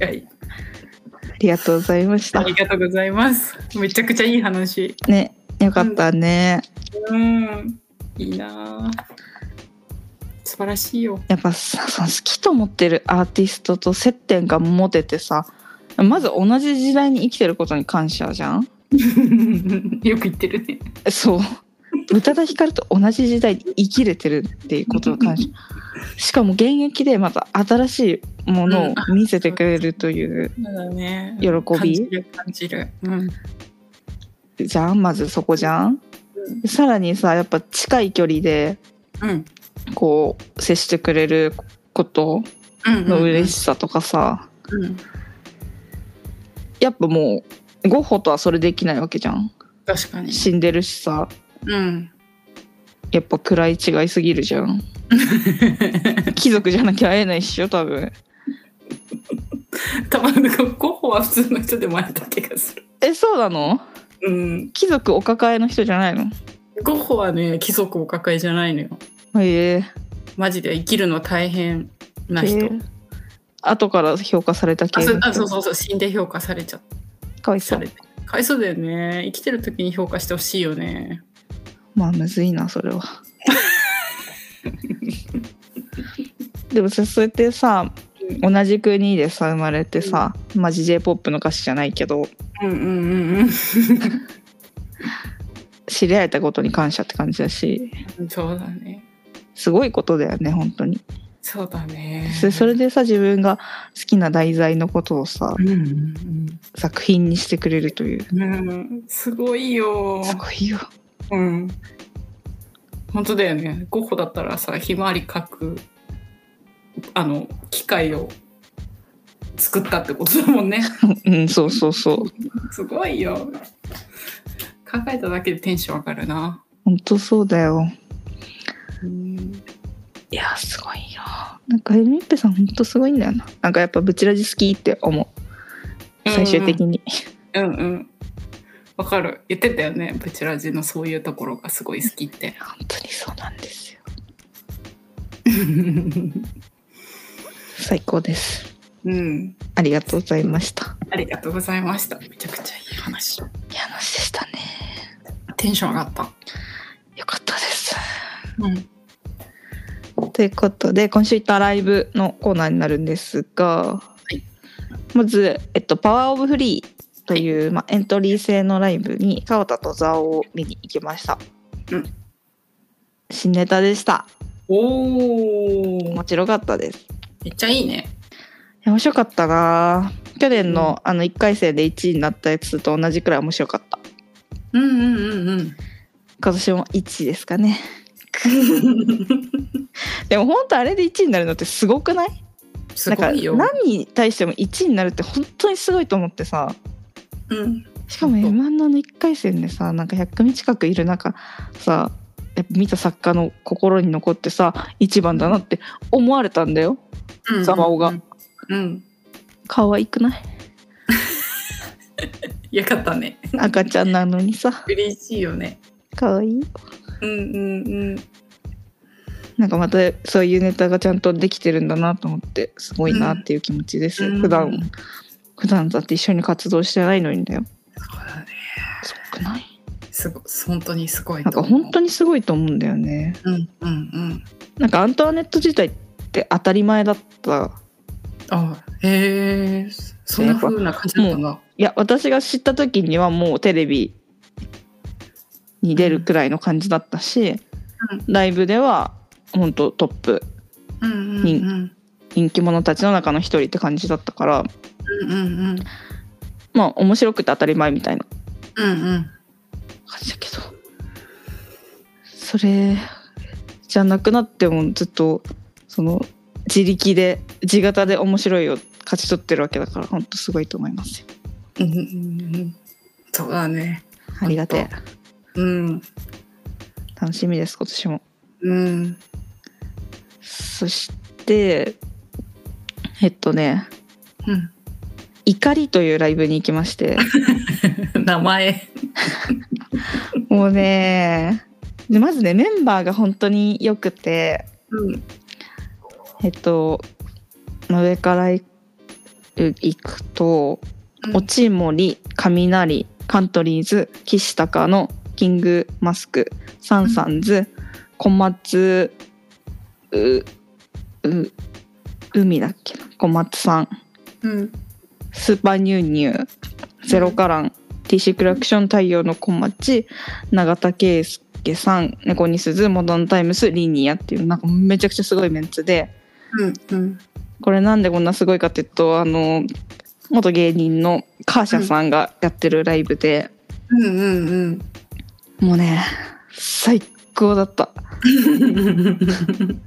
あはいりがとうございましあたりがとうございますめちゃくちゃいい話ねよかったねうんいいなあ素晴らしいよやっぱさその好きと思ってるアーティストと接点が持ててさまず同じ時代に生きてることに感謝じゃん よく言ってるねそう宇多田ヒカルと同じ時代に生きれてるっていうことを感じしかも現役でまた新しいものを見せてくれるというそうだね喜び感じる感じるうんじゃんまずそこじゃんさらにさやっぱ近い距離でうんこう接してくれることうんの嬉い、しさとかさうん、やっぱもうゴッホとはそれできないわけじゃん確かに死んでるしさうん やっぱ暗い違いすぎるじゃん貴族じゃなきゃ会えないっしょ多分たまに候補は普通の人でもあった気がする。えそうなのうん、貴族お抱えの人じゃないのゴッホはね貴族お抱えじゃないのよへえマジで生きるの大変な人、へえ後から評価された系あそのあそうそうそう死んで評価されちゃっかわいそさうれてかわいそうだよね生きてる時に評価してほしいよねまあむずいなそれは でもさそうやってさ同じ国でさ生まれてさ、マジ j p o p の歌詞じゃないけどうんうんうん知り合えたことに感謝って感じだしうんそうだねすごいことだよね本当にそうだねそそれでさ自分が好きな題材のことをさうんうん作品にしてくれるといううん、うん、すごいよすごいようん本当だよねゴッホだったらさひまわり描くあの機械を作ったってことだも んねうんそうそうそうすごいよ考えただけでテンション上がるな本当そうだようんいやすごいよなんかエミッペさんほんとすごいんだよななんかやっぱブチラジ好きって思う最終的に、うんうんわかる言ってたよねブチラジのそういうところがすごい好 きって本当にそうなんですよ最高ですうんありがとうございましたありがとうございましためちゃくちゃいい話いい話でしたねテンション上がったよかったですうんということで今週行ったライブのコーナーになるんですが、いまず、えっと「パワーオブフリー」という、まあ、エントリー制のライブに川田と蔵を見に行きました、うん新ネタでしたお面お白かったですめっちゃいいねいや面白かったな去年の,、あの1回生で1位になったやつと同じくらい面白かったうんうんうん今年も1位ですかねうんでも本当あれで1位になるのってすごくない すごいよなんか何に対しても1位になるって本当にすごいと思ってさうんしかも本当 M−1 の1回戦でさなんか100組近くいる中さやっぱ見た作家の心に残ってさ一番だなって思われたんだようんザワオがうん可愛くないよかったね赤ちゃんなのにさ嬉しいよね可愛いうんうんうんなんかまたそういうネタがちゃんとできてるんだなと思ってすごいなっていう気持ちです、うん普う段ん普段だって一緒に活動してないのにだよそうだねすごくないすご本当にすごいなんとか思う本当にすごいと思うんだよねうんうんうんなんかアントワネット自体って当たり前だったあへえそんな風な感じだったんだいや私が知った時にはもうテレビに出るくらいの感じだったし、ライブでは本当トップうんうんうんうん人気者たちの中の一人って感じだったからうんうんまあ面白くて当たり前みたいなうんうん感じだけどそれじゃなくなってもずっとその自力で自型で面白いを勝ち取ってるわけだから本当すごいと思いますようんうんうんうんそうだねありがてえ本うん楽しみです今年も。うんそしてえっとねう「怒り」というライブに行きましてん名前もうねでまずねメンバーが本当によくてうんえっと上からい行くとうん落ち森雷カントリーズ岸高のキングマスクサンサンズ小松うう海だっけな小松さんうんスーパーニューニュー、ゼロカラン、TC クラクション太陽の小町、永田圭介さん、猫に鈴、モダンタイムス、リニアっていう、なんかめちゃくちゃすごいメンツで、うんうんこれなんでこんなすごいかっていうと、あの、元芸人のカーシャさんがやってるライブで、うんうんもうね、最高だった。うん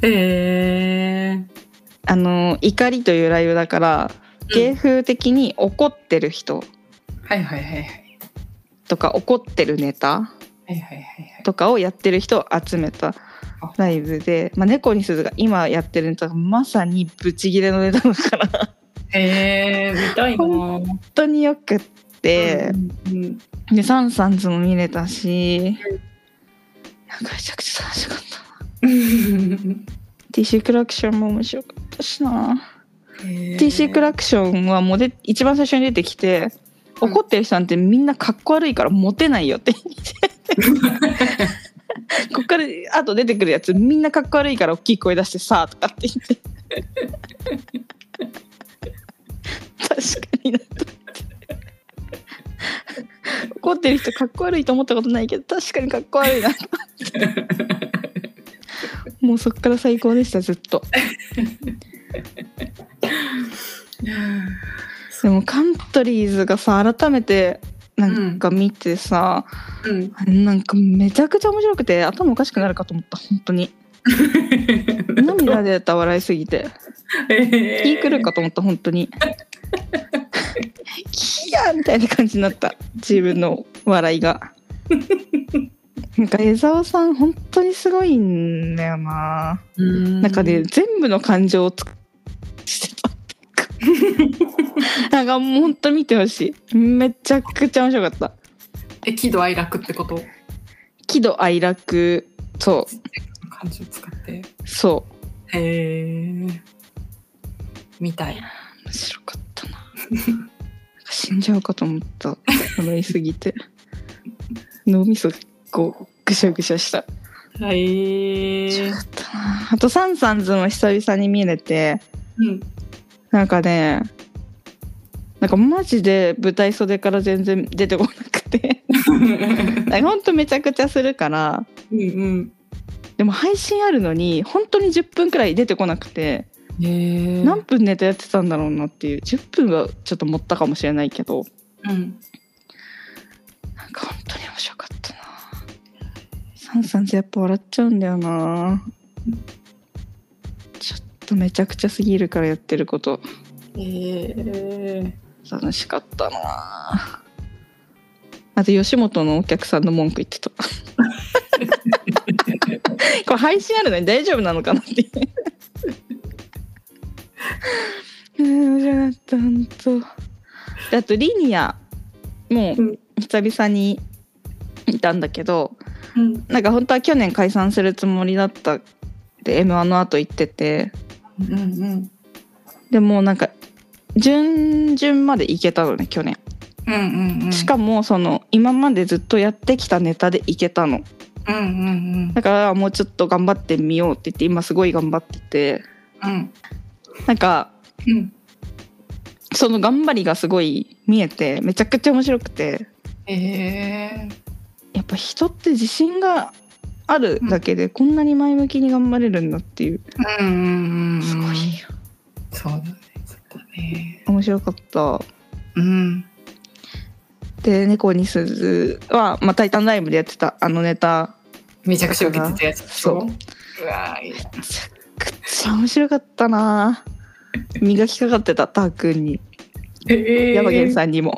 えーあの、怒りというライブだから、芸風的に怒ってる人はいはいはいはいとか怒ってるネタ、はいはいはいはいとかをやってる人を集めたライブで、まあ、猫に鈴が今やってるネタがまさにブチギレのネタだから 本えー見たいなぁ当によくってう、んうんでサンサンズも見れたしなんかめちゃくちゃ楽しかったうん、 TC クラクションも面白かったしな、TC ークラクションはもうで一番最初に出てきて怒ってる人なんてみんなかっこ悪いからモテないよって言ってこっからあと出てくるやつみんなかっこ悪いから大きい声出してさあとかって言って確かになと思って怒ってる人かっこ悪いと思ったことないけど確かにかっこ悪いなと思ってもうそっから最高でしたずっとでもカントリーズがさ改めてなんか見てさ、うん、なんかめちゃくちゃ面白くて頭おかしくなるかと思った本当に涙出た笑いすぎてえ気狂るかと思った本当にキヤーみたいな感じになった自分の笑いがなんか江澤さん本当にすごいんだよな、ななんかね全部の感情をつしてたっていうかなんかもう本当見てほしいめちゃくちゃ面白かったえ喜怒哀楽ってことの喜怒哀楽そ漢字を使ってうそへえみたいう面白かったななんか死んじゃうかと思った笑いすぎて脳みそがこうぐしゃぐしゃしたへ面白えかったなあとサンサンズも久々に見れてうんなんかねなんかマジで舞台袖から全然出てこなくてなんかほんとめちゃくちゃするからうんでも配信あるのに本当に10分くらい出てこなくて、うんへえ何分ネタやってたんだろうなっていう10分はちょっと持ったかもしれないけどうんなんか本当に面白かったなサンサンズやっぱ笑っちゃうんだよなちょっとめちゃくちゃすぎるからやってることへえ楽しかったなああと吉本のお客さんの文句言ってたこれ配信あるのに大丈夫なのかなっていううん面白かった本当であとリニアもうんう久々にいたんだけど、うんなんか本当は去年解散するつもりだったで m 1の後行っててうんうんでもなんか準々まで行けたのね去年。うんうんうんしかもその今までずっとやってきたネタでいけたのうんうんだからもうちょっと頑張ってみようって言って今すごい頑張っててうんうんなんかうんその頑張りがすごい見えてめちゃくちゃ面白くてへえやっぱ人って自信があるだけでこんなに前向きに頑張れるんだっていううんうんうんすごいそうだねそうだね面白かったうんで「猫に鈴」は、まあ「タイタンライブ」でやってたあのネタめちゃくちゃ受けてたやつでしょそううわーいいなめちゃくちゃ面白かった な磨きかかってたたーくんにえヤバゲンさんにも。ん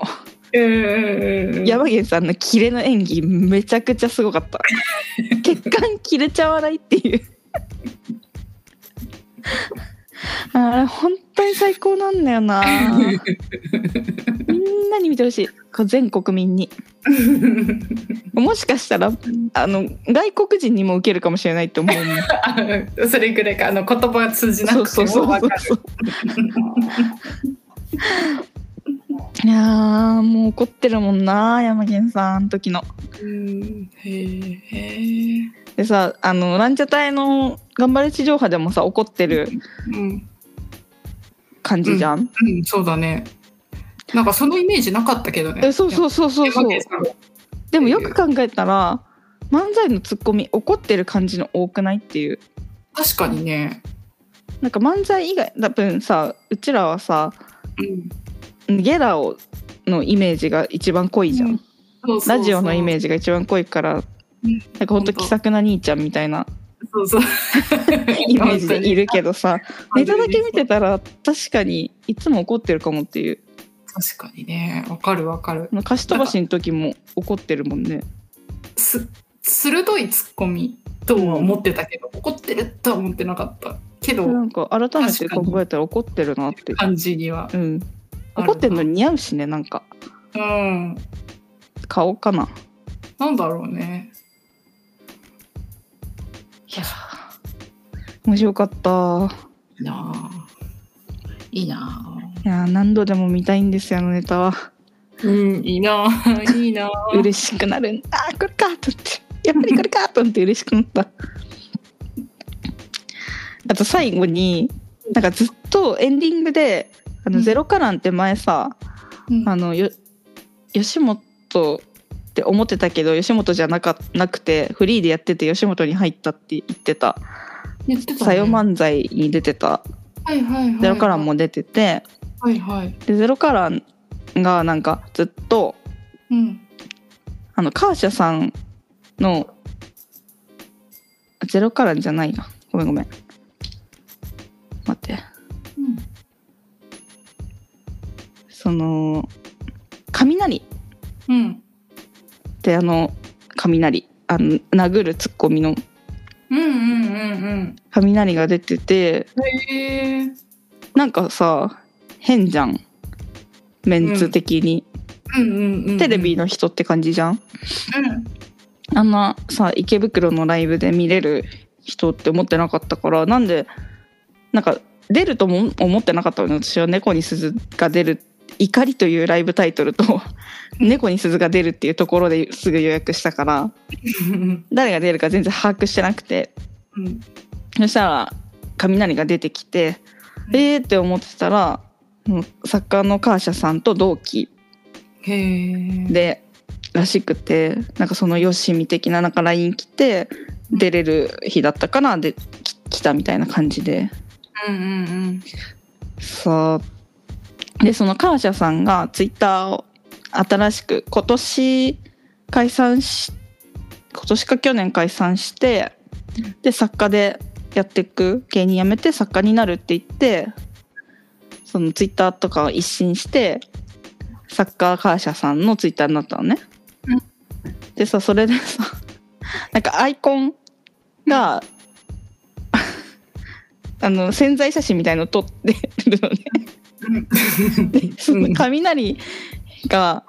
山源さんのキレの演技めちゃくちゃすごかった血管切れちゃわないっていうあれ本当に最高なんだよなみんなに見てほしいこう全国民にもしかしたらあの外国人にも受けるかもしれないと思うもんあそれぐらいかあの言葉が通じなそうくそてうそもうそ分うかるそう いやーもう怒ってるもんな山源さんあの時のうんへーへでさあのランジャタイの頑張れ地上波でもさ怒ってるーうん感じじゃん、うんそうだねなんかそのイメージなかったけどねえそうそうそうそうそう山口さんでもよく考えたら漫才のツッコミ怒ってる感じの多くないっていう確かにねなんか漫才以外多分さうちらはさうんゲラをのイメージが一番濃いじゃん、うんそうそうそうラジオのイメージが一番濃いからうんなんかほんと気さくな兄ちゃんみたいなそ うそうイメージでいるけどさネ本当タにだけ見てたら確かにいつも怒ってるかもっていう確かにねわかるわかるあの貸し飛ばしの時も怒ってるもんねす鋭いツッコミとは思ってたけど、怒ってるとは思ってなかったけど、なんか改めて考えたら怒ってるなって感じにはうんある怒ってるの似合うしねなんかうん顔かななんだろうねいや面白かったいいなあいいないや何度でも見たいんですよあのネタはあうんいいなあ いいなあ嬉しくなるあーこれかと思ってやっぱりこれかと思って嬉しくな ったあと最後になんかずっとエンディングで「あのうんゼロカラン」って前さ、うんあのよ吉本って思ってたけど吉本じゃなかなくてフリーでやってて吉本に入ったって言ってた言って「たさねよ漫才」に出てたはいはいはいゼロカランも出ててはいはいでゼロカランがなんかずっとうんあのカーシャさんのあゼロカランじゃないなごめんごめん待ってうんその雷っうんてあの雷あの殴るツッコミのうんうんうん雷が出ててうんへえなんかさ変じゃんメンツ的に、うんうんうんテレビの人って感じじゃんうんあんなさ池袋のライブで見れる人って思ってなかったからなんでなんか出るとも思ってなかったのに私は「猫に鈴が出る怒り」というライブタイトルと「猫に鈴が出る」っていうところですぐ予約したからうん誰が出るか全然把握してなくてうそんしたら雷が出てきてうんえーって思ってたらうん作家のカーシャさんと同期へえでらしくてなんかそのよしみ的ななんか LINE 来て出れる日だったかなでき来たみたいな感じでうんうんうんさあでそのカーシャさんがツイッターを新しく今年解散し今年か去年解散してで作家でやっていく芸人辞めて作家になるって言ってそのツイッターとかを一新して作家カーシャさんのツイッターになったのねう。でさそれでさなんかアイコンが、 あの潜在写真みたいの撮ってるのね。でその 雷が、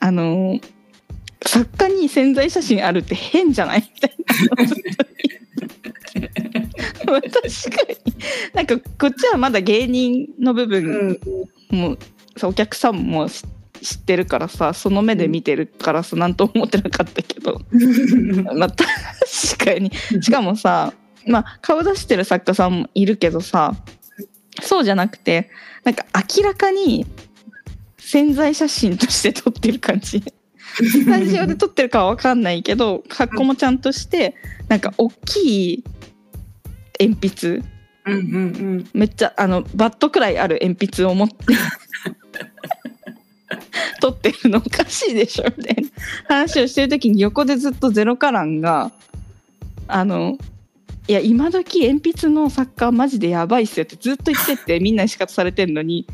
あの作家に潜在写真あるって変じゃないみたいな確かになんかこっちはまだ芸人の部分うんも、さお客さんもし知ってるからさその目で見てるからさ何とも思ってなかったけど、まあ、 確かにしかもさ、まあ、顔出してる作家さんもいるけどさそうじゃなくてなんか明らかに潜在写真として撮ってる感じスタジオで撮ってるかは分かんないけど格好もちゃんとしてなんか大きい鉛筆うんうんうんめっちゃあのバットくらいある鉛筆を持って撮ってるのおかしいでしょみたいな話をしてる時に横でずっとゼロカランが「あのいや今時鉛筆の作家マジでやばいっすよ」ってずっと言ってってみんなに仕方されてるのに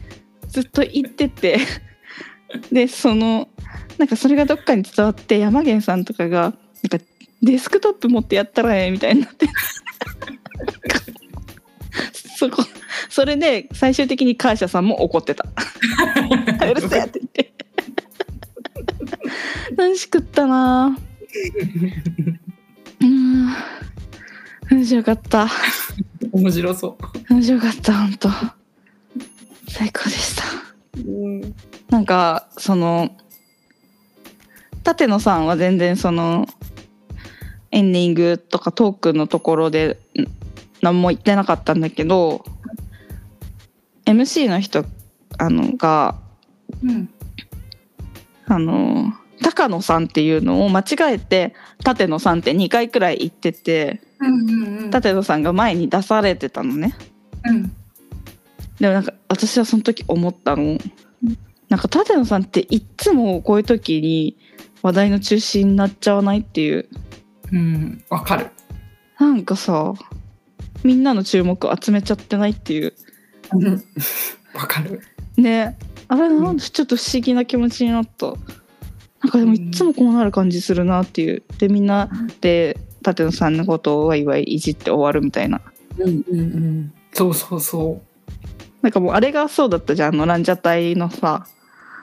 ずっと言ってってでそのなんかそれがどっかに伝わって山源さんとかがなんかデスクトップ持ってやったらええみたいになってそこそれで最終的に感謝さんも怒ってた「 うるせえ!」って言って楽しくったなうーん面白かった面白そ面白かった本当最高でしたう、うん、なんかその舘野さんは全然そのエンディングとかトークのところでん何も言ってなかったんだけど MC の人あのがうんあの高野さんっていうのを間違えて舘野さんって2回くらい言っててうんうんうん舘野さんが前に出されてたのね。うんでもなんか私はその時思ったのなんか舘野さんっていっつもこういう時に話題の中心になっちゃわないっていううんわかるなんかさみんなの注目集めちゃってないっていううんわかるねあれなんうんでちょっと不思議な気持ちになったなんかでもいっつもこうなる感じするなっていうでみんなで舘野さんのことをわいわいいじって終わるみたいなうんうんうんそうそうそなんかもうあれがそうだったじゃんあのランジャタイのさ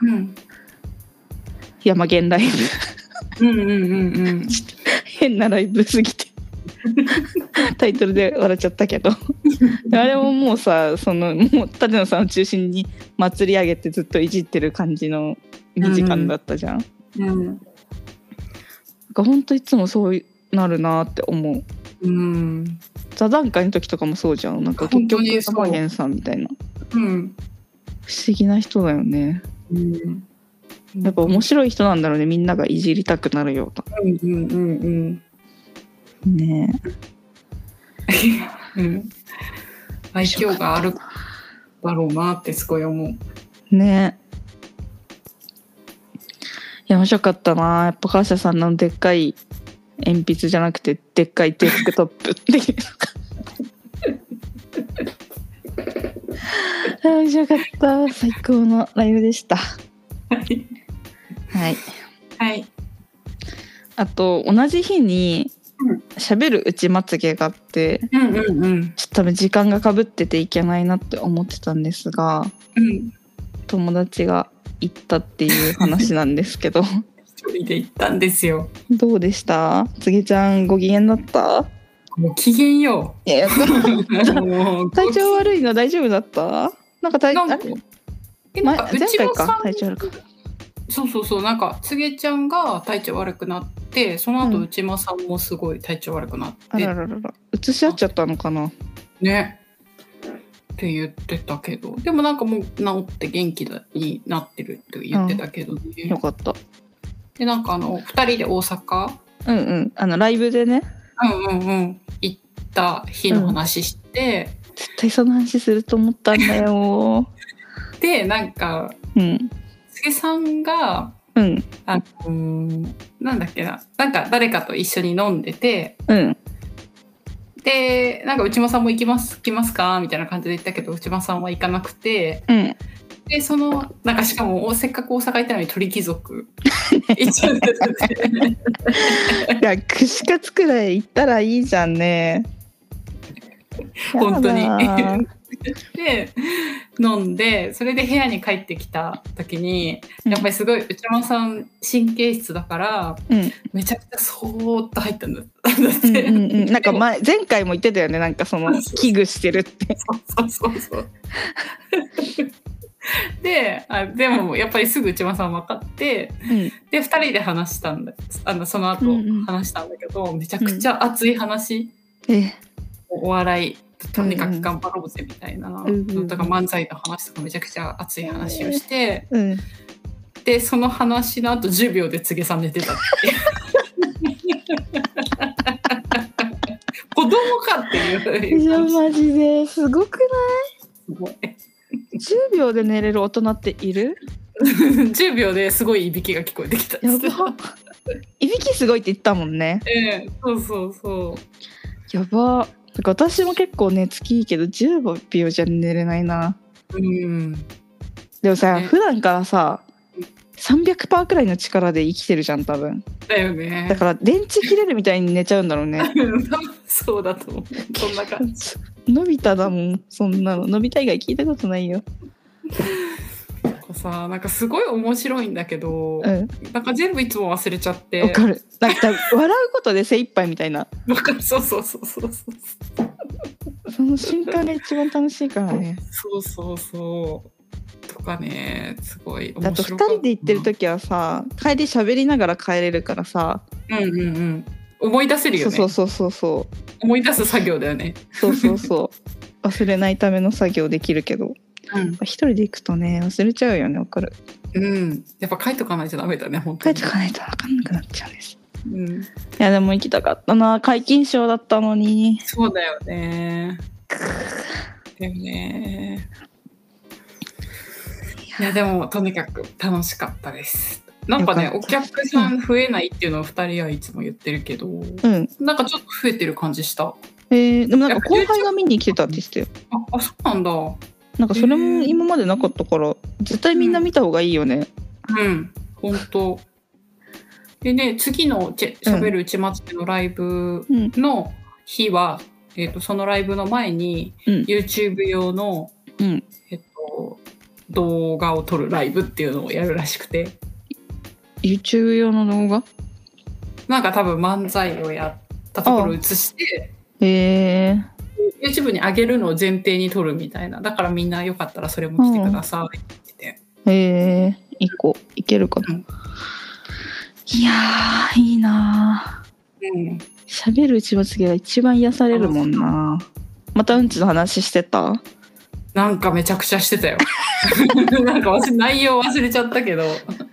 ううん山源ライブうんうんうんうん変なライブすぎてタイトルで笑っちゃったけどあれももうさそのもう舘野さんを中心に祭り上げてずっといじってる感じの2時間だったじゃん、うんなんかほんといつもそうなるなって思ううん座談会の時とかもそうじゃんなんか結本当局にそう山源さんみたいなうん不思議な人だよねうんやっぱ面白い人なんだろうねみんながいじりたくなるよういうんうんうんなねえうん愛嬌があるだろうなってすごい思うねいや面白かったなやっぱ川下さんのでっかい鉛筆じゃなくてでっかいデスクトッ プっていうのが面白かった最高のライブでしたはいはいはいあと同じ日にうん喋るうちまつげがあってうんうんうんちょっと多分時間がかぶってていけないなって思ってたんですがうん友達が行ったっていう話なんです けど一人で行ったんですよ。どうでしたつげちゃんご機嫌だったもう機嫌よいやいやう。も う体調悪いの大丈夫だったなんか体なんあかれえなんか前うちの前回かさん体調悪かそうそうそうなんかつげちゃんが体調悪くなってその後、うん内間さんもすごい体調悪くなっあてらららら映し合っちゃったのかなねって言ってたけどでもなんかもう治って元気だになってるって言ってたけどね、よかったでなんかあの2人で大阪うんうんあのライブでねうんうんうん行った日の話して、絶対その話すると思ったんだよでなんかうんつげさんがうんあのーなんだっけななんか誰かと一緒に飲んでてうんでなんか内間さんも行きます行きますかみたいな感じで言ったけど内間さんは行かなくてうんでそのなんかしかもおせっかく大阪行ったのに鳥 貴族行っちゃってていや串カツくらい行ったらいいじゃん ね本当にやだで飲んでそれで部屋に帰ってきた時にやっぱりすごい内間さん神経質だからうんめちゃくちゃそーっと入ったんだだってうんうん うん、なんか前前回も言ってたよねなんかその危惧してるってそうそうそう。であでもやっぱりすぐ内間さん分かってうんで2人で話したんだあのその後うんうん話したんだけど、めちゃくちゃ熱い話、えお笑いとにかく頑張ろうぜみたいな、んうんとか漫才の話とかめちゃくちゃ熱い話をして、うんでその話の後10秒で柘植さん寝て たっていう子供かって いういやマジですごくなすごいい10秒で寝れる大人っている 10秒ですごいいびきが聞こえてきたやばいびきすごいって言ったもんねええそうそうそやばなんか私も結構寝つきいいけど15秒じゃ寝れないなううんでもさね普段からさ300%くらいの力で生きてるじゃん多分だよだねから電池切れるみたいに寝ちゃうんだろうねそうだと思うそんな感じ 伸びただもんそんなの伸びた以外聞いたことないよなんかさなんかすごい面白いんだけど、うんなんか全部いつも忘れちゃってわかる。なんか笑うことで精一杯みたいな。わかるそうそうそうそうそうその瞬間が一番楽しいからね。そうそうそうとかねすごいあ面と二白かた人で行ってる時はさ、帰り喋りながら帰れるからさ、うんうんうん思い出せるよそうねそうそうそうそ思い出す作業だよねう、そうそう そう、忘れないための作業できるけど、うん、一人で行くとね忘れちゃうよね。わかる。うん、やっぱ書いとかないとダメだね本帰当っにてかないとわかんなくなっちゃうんです。うん、いやでも行きたかったな。解禁賞だったのに。そうだよねだよねいやでもとにかく楽しかったですなんかねよかおったです客さん増えないっていうのを2人はいつも言ってるけどうん。なんかちょっと増えてる感じしたあえー、でもなんか後輩が見に来てたって言ってたよ。あそうなんだうなんかそれも今までなかったから、絶対みんな見た方がいいよね。ん本当でね次のちしゃべるうちまつりのライブうんの日は、えー、とそのライブの前にうん YouTube 用のうん。えっと、動画を撮るライブっていうのをやるらしくて YouTube 用の動画なんか多分漫才をやったところを映してへえ YouTube に上げるのを前提に撮るみたいなだからみんなよかったらそれも来てくださいって言ってー、へえ一個いけるかな、うんいやーいいなて、うん、ー喋るうちまつげが一番癒されるもんなまたうんちの話してたなんかめちゃくちゃしてたよ なんか私内容忘れちゃったけど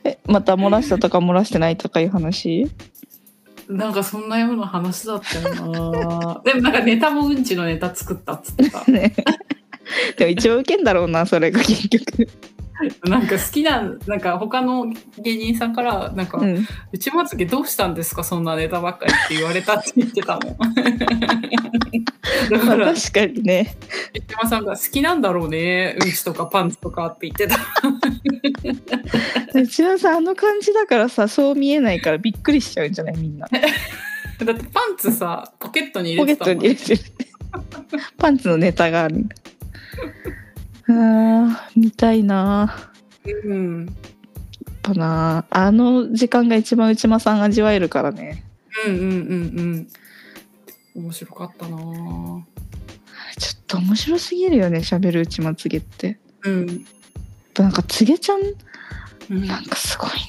えまた漏らしたとか漏らしてないとかいう話なんかそんなような 話だったよなでもなんかネタもうんちのネタ作ったっつってた ねでも一応受けんだろうなそれが結局なんか好きななんか他の芸人さんからなんか、うんうちまつげどうしたんですかそんなネタばっかりって言われたって言ってた もん。だまかあら、確かにね石山さんが好きなんだろうね、うんちとかパンツとかって言ってた。 うちはさあの感じだからさそう見えないからびっくりしちゃうんじゃないみんなだってパンツさ、ポケットにポ入ケれットてたもに入れん。てるって。 パンツのネタがある。あー見たいな。うん、ぱなあの時間が一番内間さん味わえるからねうんうんうんうん。面白かったなぁちょっと面白すぎるよね喋る内間つげってやっうん。ぱなんかつげちゃんうんなんかすごいんだよ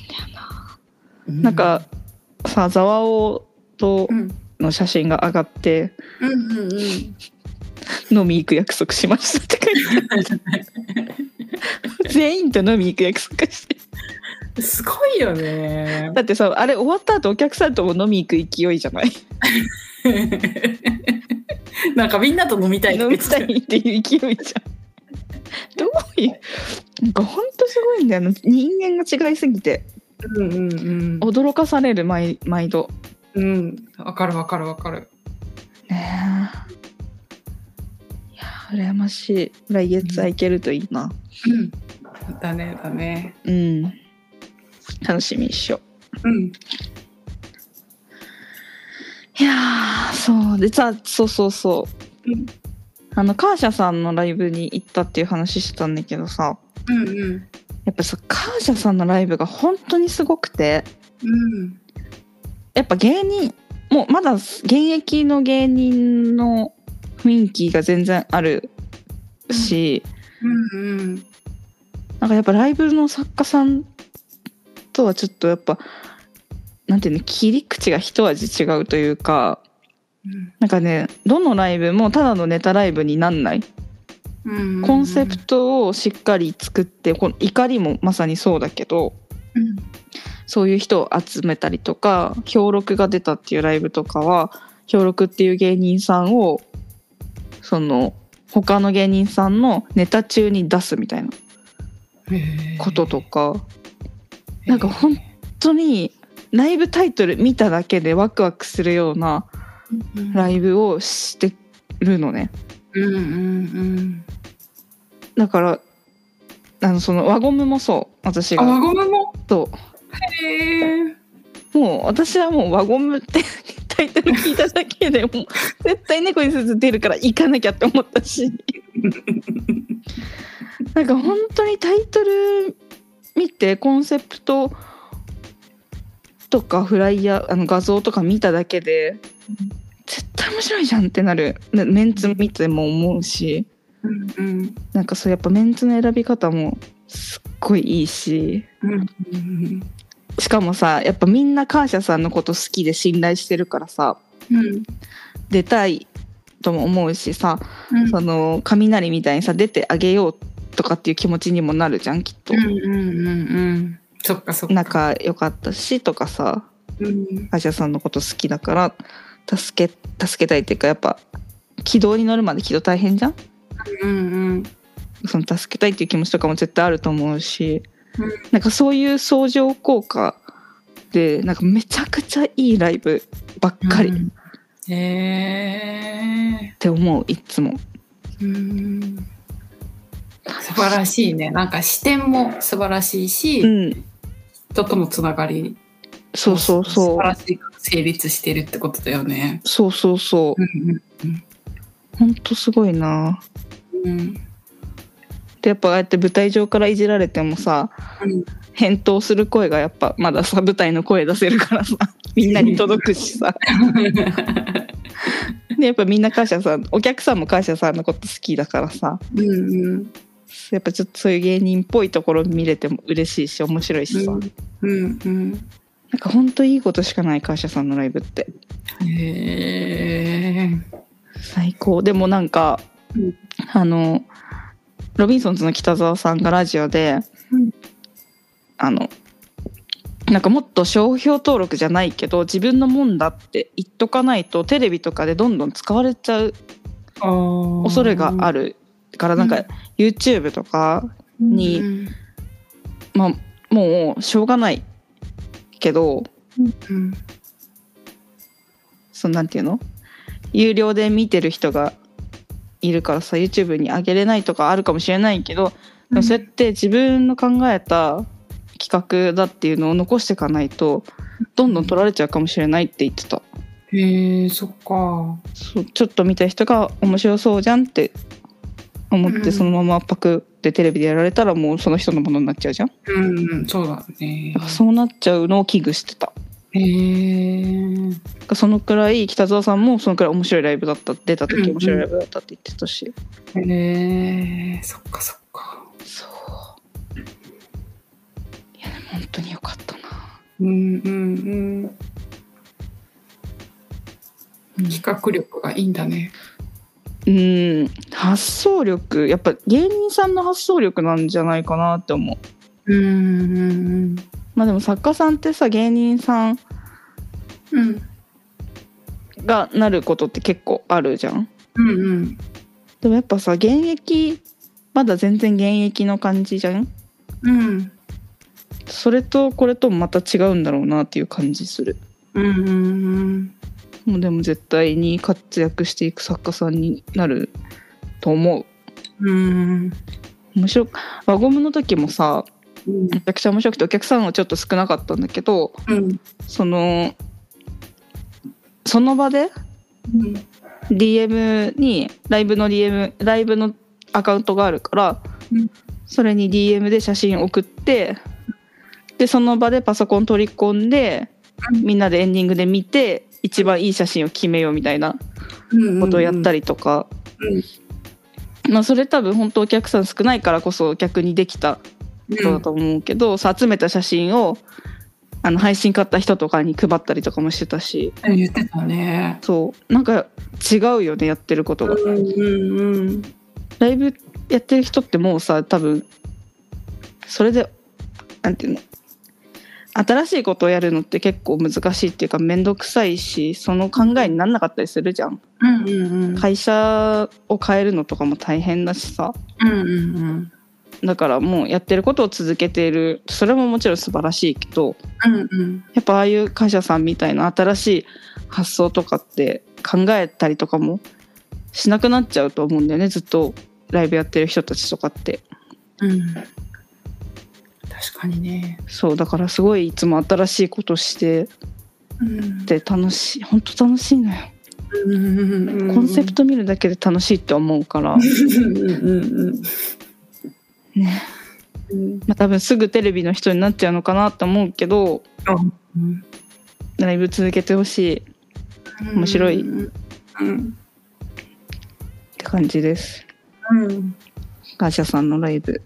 な、なんかさざわおとうん、の写真が上がってうんうんうん。飲み行く約束しましたって書いて ある全員と飲み行く約束してすごいよね。 だってさあれ終わった後お客さんとも飲み行く勢いじゃないなんかみんなと飲みたいって飲み言ったていっていう勢いじゃんどういうなんかほんとすごいんだよな人間が違いすぎてうんうんうん。驚かされる毎毎度うん。わかるわかるわかる。ねえいや羨ましい来月は行けるといいなうん。だねだね。うん楽しみ一緒うん。いやーそうでさそうそうそう、うんあのカーシャさんのライブに行ったっていう話してたんだけどさうんうん。やっぱさカーシャさんのライブが本当にすごくてうん。やっぱ芸人もうまだ現役の芸人の雰囲気が全然あるし、うんうん。なんかやっぱライブの作家さんとはちょっとやっぱなんていうの切り口が一味違うというかなんかねどのライブもただのネタライブになんないうん。コンセプトをしっかり作ってこの怒りもまさにそうだけどうん。そういう人を集めたりとか評録が出たっていうライブとかは評録っていう芸人さんをその他の芸人さんのネタ中に出すみたいなこととかへーなんかほん本当にライブタイトル見ただけでワクワクするようなライブをしてるのねうんうんだからあのその輪ゴムもそう私うん。あ、輪がゴムも。そうへえ。もう私はもう輪ゴムってタイトル聞いただけでもう絶対猫にスーツ出るから行かなきゃって思ったしなんか本当にタイトル見てコンセプトとかフライヤーあの画像とか見ただけで絶対面白いじゃんってなるなメンツ見ても思うしうんうんなんかそうやっぱメンツの選び方もすっごいいいしうんうんしかもさやっぱみんなカーシャさんのこと好きで信頼してるからさ、うん出たいとも思うしさ、うんその雷みたいにさ出てあげようとかっていう気持ちにもなるじゃんきっと、うんうんうんうん。そっかそっか。仲良かったしとかさうんアジャさんのこと好きだから助け助けたいっていうかやっぱ軌道に乗るまで軌道大変じゃんうんうん。その助けたいっていう気持ちとかも絶対あると思うし、うんなんかそういう相乗効果でなんかめちゃくちゃいいライブばっかりっうん。へえ。て思う、いっつも。うん。素晴らしいね。なんか視点も素晴らしいし、うん人とのつながりそうそう素そう晴らしく成立してるってことだよね。そうそうそううんほんとすごいなうんうんでやっぱああやって舞台上からいじられてもさうん返答する声がやっぱまださ舞台の声出せるからさ みんなに届くしさでやっぱみんな感謝さんお客さんも感謝さんのこと好きだからさうんうん。やっぱちょっとそういう芸人っぽいところ見れても嬉しいし面白いしさ、うんうんなんかほんといいことしかない感謝さんのライブってうん。へえ。最高でもなんか、うんあのロビンソンズの北澤さんがラジオで、うんあのなんかもっと商標登録じゃないけど自分のもんだって言っとかないとテレビとかでどんどん使われちゃう恐恐れがあるるからなんうか YouTube とか、にうんまあもうしょうがないけどうんそのなんていうの有料で見てる人がいるからさ YouTube に上げれないとかあるかもしれないけどでもそうやって自分の考えた企画だっていうのを残していかないとどんどん取られちゃうかもしれないって言ってたへえそっかそうちょっと見た人が面白そうじゃんって思っうてんそのままパクってテレビでやられたらもうその人のものになっちゃうじゃん。うん、そうだねだ。からそうなっちゃうのを危惧してた。へーだからそのくらい北澤さんもそのくらい面白いライブだった出たうんう時ん面白いライブだったって言ってたし。へーそっかそっか。そう。いやでも本当に良かったな。うんうんうん。企画力がいいんだね。うん発想力やっぱ芸人さんの発想力なんじゃないかなって思ううんうんまあでも作家さんってさ芸人さんうん。うんがなることって結構あるじゃんうんうん。でもやっぱさ現役まだ全然現役の感じじゃんうんそれとこれともまた違うんだろうなっていう感じするうんうんもうでも絶対に活躍していく作家さんになると思うん。うんう面白く輪ゴムの時もさうんめちゃくちゃ面白くてお客さんはちょっと少なかったんだけどうんそのその場で DM にライブの DM ライブのアカウントがあるから、うんそれに DM で写真送ってでその場でパソコン取り込んでうんみんなでエンディングで見て一番いい写真を決めようみたいなうん。ことをやったり。りとか、うんまあ、それ多分本当お客さん少ないからこそ逆にできたことだと思うけど、そう集めた写真をあの配信買った人とかに配ったりとかもしてたし。うん言ってたね。そうなんか違うよねやってることが、うんうんうん。ライブやってる人ってもうさ多分それでなんていうの新しいことをやるのって結構難しいっていうか面倒くさいしその考えになんなかったりするじゃんうんうんうん。会社を変えるのとかも大変だしさうんうんうん。だからもうやってることを続けているそれももちろん素晴らしいけどうんうん。やっぱああいう会社さんみたいな新しい発想とかって考えたりとかもしなくなっちゃうと思うんだよねずっとライブやってる人たちとかってうん。確かにね。そうだからすごいいつも新しいことしてうんて楽しい本当楽しいのようんうんうんうんコンセプト見るだけで楽しいって思う から、うんうんねうん。まあ、多分すぐテレビの人になっちゃうのかなと思うけどうん。ライブ続けてほしいっ面白いうんうんて感じですうん会社さんのライブ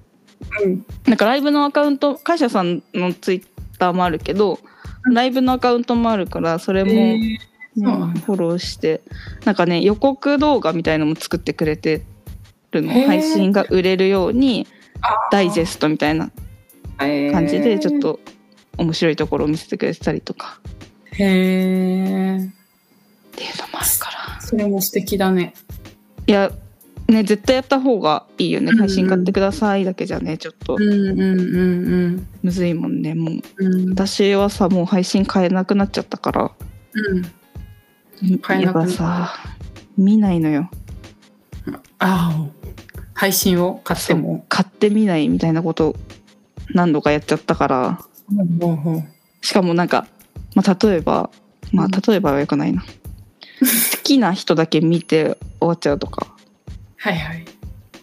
うんなんかライブのアカウント会社さんのツイッターもあるけどライブのアカウントもあるからそれも、えねーそうなんだフォローしてなんかね予告動画みたいのも作ってくれてるのへー配信が売れるようにあーダイジェストみたいなへー感じでちょっと面白いところを見せてくれてたりとかへえっていうのもあるからそれも素敵だねいやね絶対やった方がいいよねうんうん配信買ってくださいだけじゃねちょっとうんうんうんむずいもんねもううんうん私はさもう配信買えなくなっちゃったからうん買えやなっくなぱったさ見ないのよああ配信を買っても買ってみないみたいなこと何度かやっちゃったからほうほうほうしかもなんか、まあ、例えばまあうん例えばはよくないな好きな人だけ見て終わっちゃうとかはいはい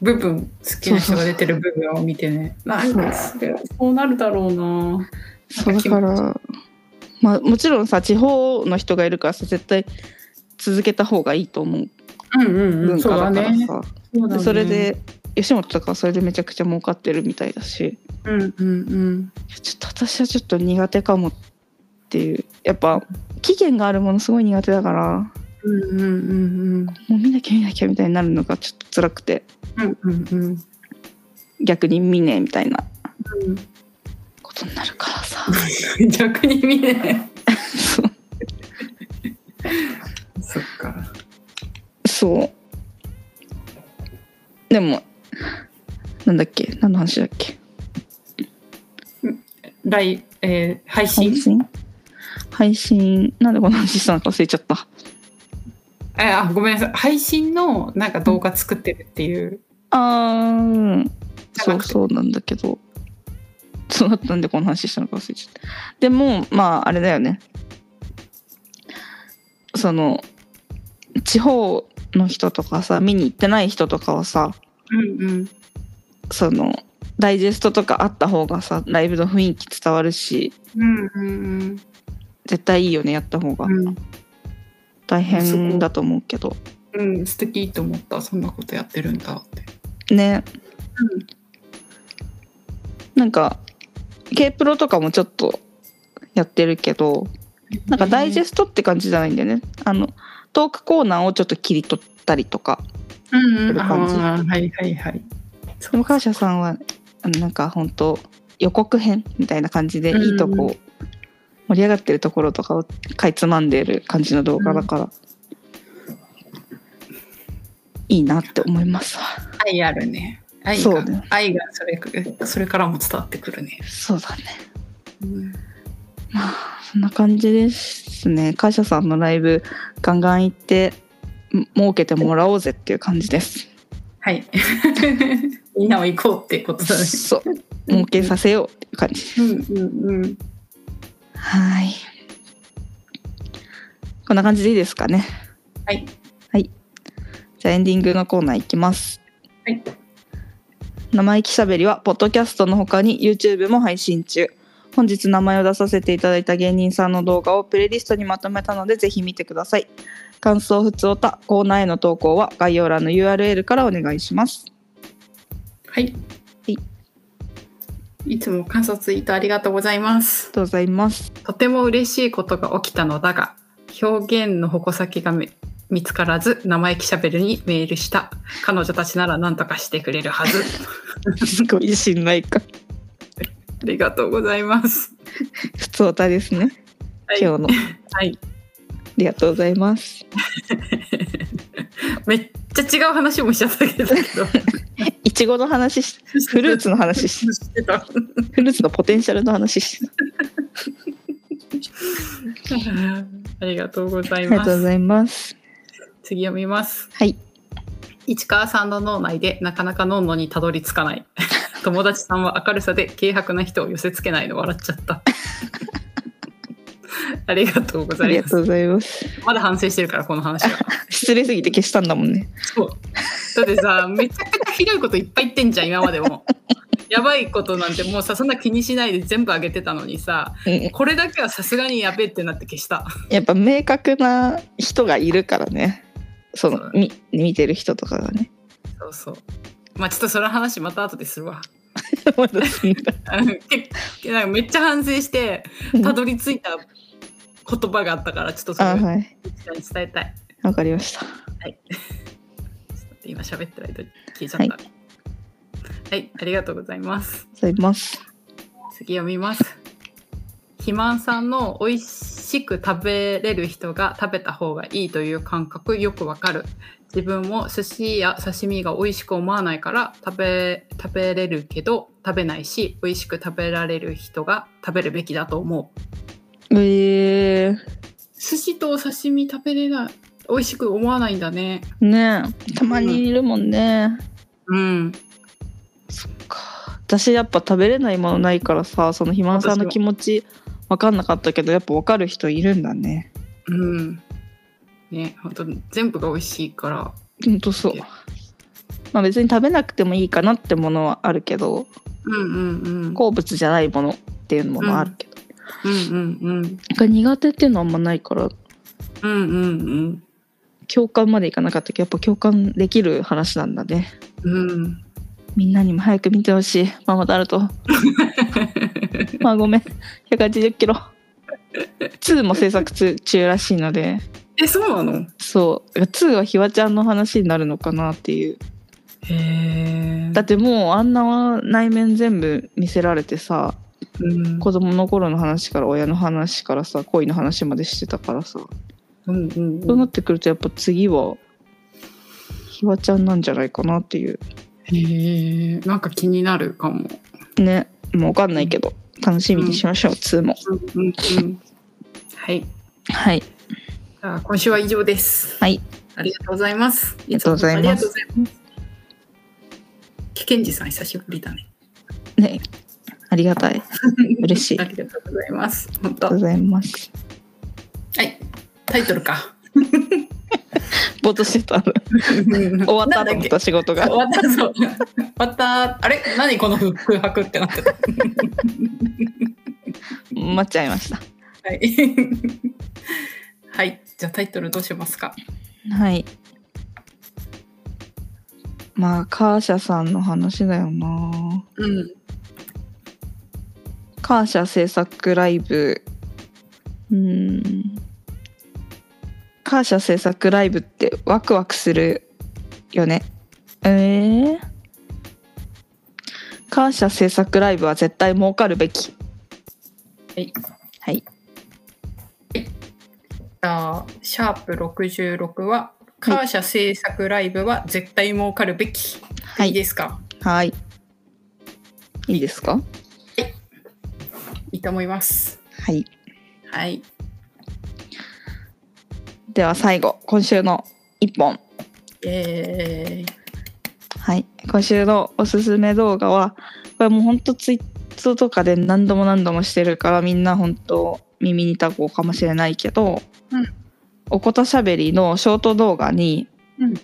部分好きな人が出てる部分を見てねなんかそれそうなるだろうなそうなんだかからまあもちろんさ地方の人がいるからさ絶対続けた方がいいと思ううんうんう文んそう化だだからねさ、そうだでねそれで吉本とかはそれでめちゃくちゃ儲かってるみたいだしうんうんうんいやちょっと私はちょっと苦手かもっていうやっぱ期限があるものすごい苦手だからうんうんうんもう見なきゃ見なきゃみたいになるのがちょっと辛くてうんうんうんうん逆に見ねえみたいなうんことになるからさ 逆に見ねそうそっかそうでもなんだっけ何の話だっけ来、えー配信配信配信なんでこの話したのか忘れちゃったえーあごめんなさい配信のなんか動画作ってるっていうあーじゃそなうくてそうなんだけどそうだったんでこの話したのか忘れちゃったでもまああれだよねその地方の人とかさ見に行ってない人とかはさうんうんそのダイジェストとかあった方がさライブの雰囲気伝わるしうんうん絶対いいよねやった方が、うん大すご変いだと思うけどうん素敵と思ったそんなことやってるんだってね、うんなんか K プロとかもちょっとやってるけどなんかダイジェスストって感じじゃないんだよねあのトークコーナーをちょっと切り取ったりとかトうんすうるん感じあーはいはいはいでも感謝さんはあのなんか本当予告編みたいな感じでうんいいとこ盛り上がってるところとかをかいつまんでる感じの動画だから、いいなって思いますわ愛あるね愛がそうね愛がそれくそれからも伝わってくるね、そうだねまあそんな感じですね感謝さんのライブガンガン行ってん儲けてもらおうぜっていう感じですはい みんなを行こうってことだねそう儲けさせようっていう感じうんうんうんはいこんな感じでいいですかねはいじゃあエンディングのコーナーいきます。はい。生意気しゃべりは、ポッドキャストの他に YouTube も配信中。本日名前を出させていただいた芸人さんの動画をプレイリストにまとめたので、ぜひ見てください。感想、普通おた、コーナーへの投稿は概要欄の URL からお願いします。はい。いつも観察ツイートありがとうございまありすが。とうございます。とても嬉しいことが起きたのだが、表現の矛先がめ見つからず、生意気しゃべるにメールした。彼女たちなら何とかしてくれるはず。 すごい信頼感。ありがとうございます。普通おたですね。はい。今日の。あはい、りがとうございます。めっちゃ違う話もしちゃったけど。いちごの話し、フルー ツの話し、して た。はフルーツのポテンシャルの話し、いありがとうござあいりがまとうごす。ざいます。次読みます。はい。市川さんの脳内でなかなか脳のにたどり着 かない友達さんは明るさで軽薄な人を寄せつけないの笑っちゃった ありがとうごあざりいがまとうごすざいます。まだ反省してるからこの話は失礼すぎて消したんだもんね。そうだってさめちゃくちゃひどいこといっぱい言ってんじゃん今までもやばいことなんてもうさそんな気にしないで全部あげてたのにさうんこれだけはさすがにやべえってなって消したやっぱ明確な人がいるからね。そそのうみ見てる人とかがね。そうそうまあちょっとその話また後でするわ まだすんだあのけなんかめっちゃ反省してたどり着いた言葉があったからちょっとそれあをはい。一緒に伝えたい、わかりました。ちょっと今喋ってる間に消えちゃったはい、ありがとうございますございます。次読みます肥満さんの美味しく食べれる人が食べた方がいいという感覚よくわかる自分も寿司や刺身が美味しく思わないから食べ食べれるけど食べないし美味しく食べられる人が食べるべきだと思うえー、寿司とお刺身食べれない美味しく思わないんだねねえたまにいるもんね。うんか私やっぱ食べれないものないからさ、その肥満さんの気持ちわかんなかったけど、やっぱわかる人いるんだね。うんね本当全部が美味しいからほんとそう。まあ別に食べなくてもいいかなってものはあるけど、うんうんうん好物じゃないものっていうのもあるけど、うんうんうんが苦手っていうのはあんまないからうんうん共感までいかなかったけどやっぱ共感できる話なんだねうんうんみんなにも早く見てほしいママタルトまあごめん180キロ2も制作中中らしいのでえそうなのそう2はひわちゃんの話になるのかなっていうへえだってもうあんな内面全部見せられてさうん子供の頃の話から親の話からさ恋の話までしてたからさうんうんそううなんってくるとやっぱ次はひわちゃんなんじゃないかなっていうへえなんか気になるかもねもう分かんないけど楽しみにしましょう、2もうんうんうんはいじはいゃあ今週は以上ですはいありがとうございますありがとうございますありがとうございますけけんじさん久しぶりだねねありがたいありが嬉しいありがとうございます。本と当。うはございます い。タイトルか。没頭してたの終終わったと思っけた仕事が 終わったそう終わったあれ何この空白ってなってたは待っちゃいましたい はいじゃあタイトルどうしますかはいまあカーシャさんの話だよなうんカーシャ制作ライブうーんカーシャ制作ライブってワクワクするよねえー、カーシャ制作ライブは絶対儲かるべきはいはいじゃあシャープ66は「カーシャ制作ライブは絶対儲かるべき」、はいいいですかはいいいですかいいと思いますはいはいでは最後今週の一本えー、はい、今週のおすすめ動画はこれもうほんとツイートとかで何度も何度もしてるからみんな本当耳にタコかもしれないけど、うんおことしゃべりのショート動画に、うん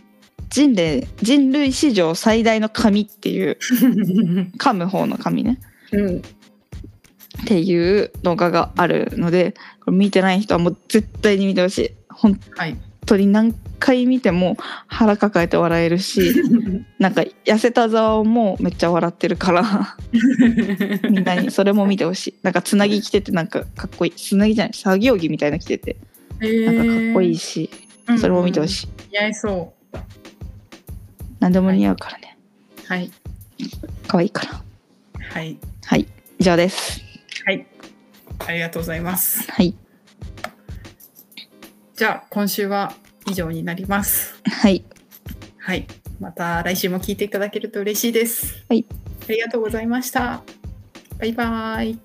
人類人類史上最大の紙っていう噛む方の紙ねう んっていう動画があるのでこれ見てない人はもう絶対に見てほしい本はい当に何回見ても腹抱えて笑えるし。なんか痩せたざわもめっちゃ笑ってるからみんなにそれも見てほしいなんかつなぎ着ててなんかかっこいいつなぎじゃない作業着みたいな着ててなんかかっこいいし、えーそれも見てほしい、似合いそ何でも似合うからねうはい可愛いからはいはい以上ですはいありがとうございますはいじゃあ今週は以上になりますはいはいまた来週も聞いていただけると嬉しいですはいありがとうございましたバイバイ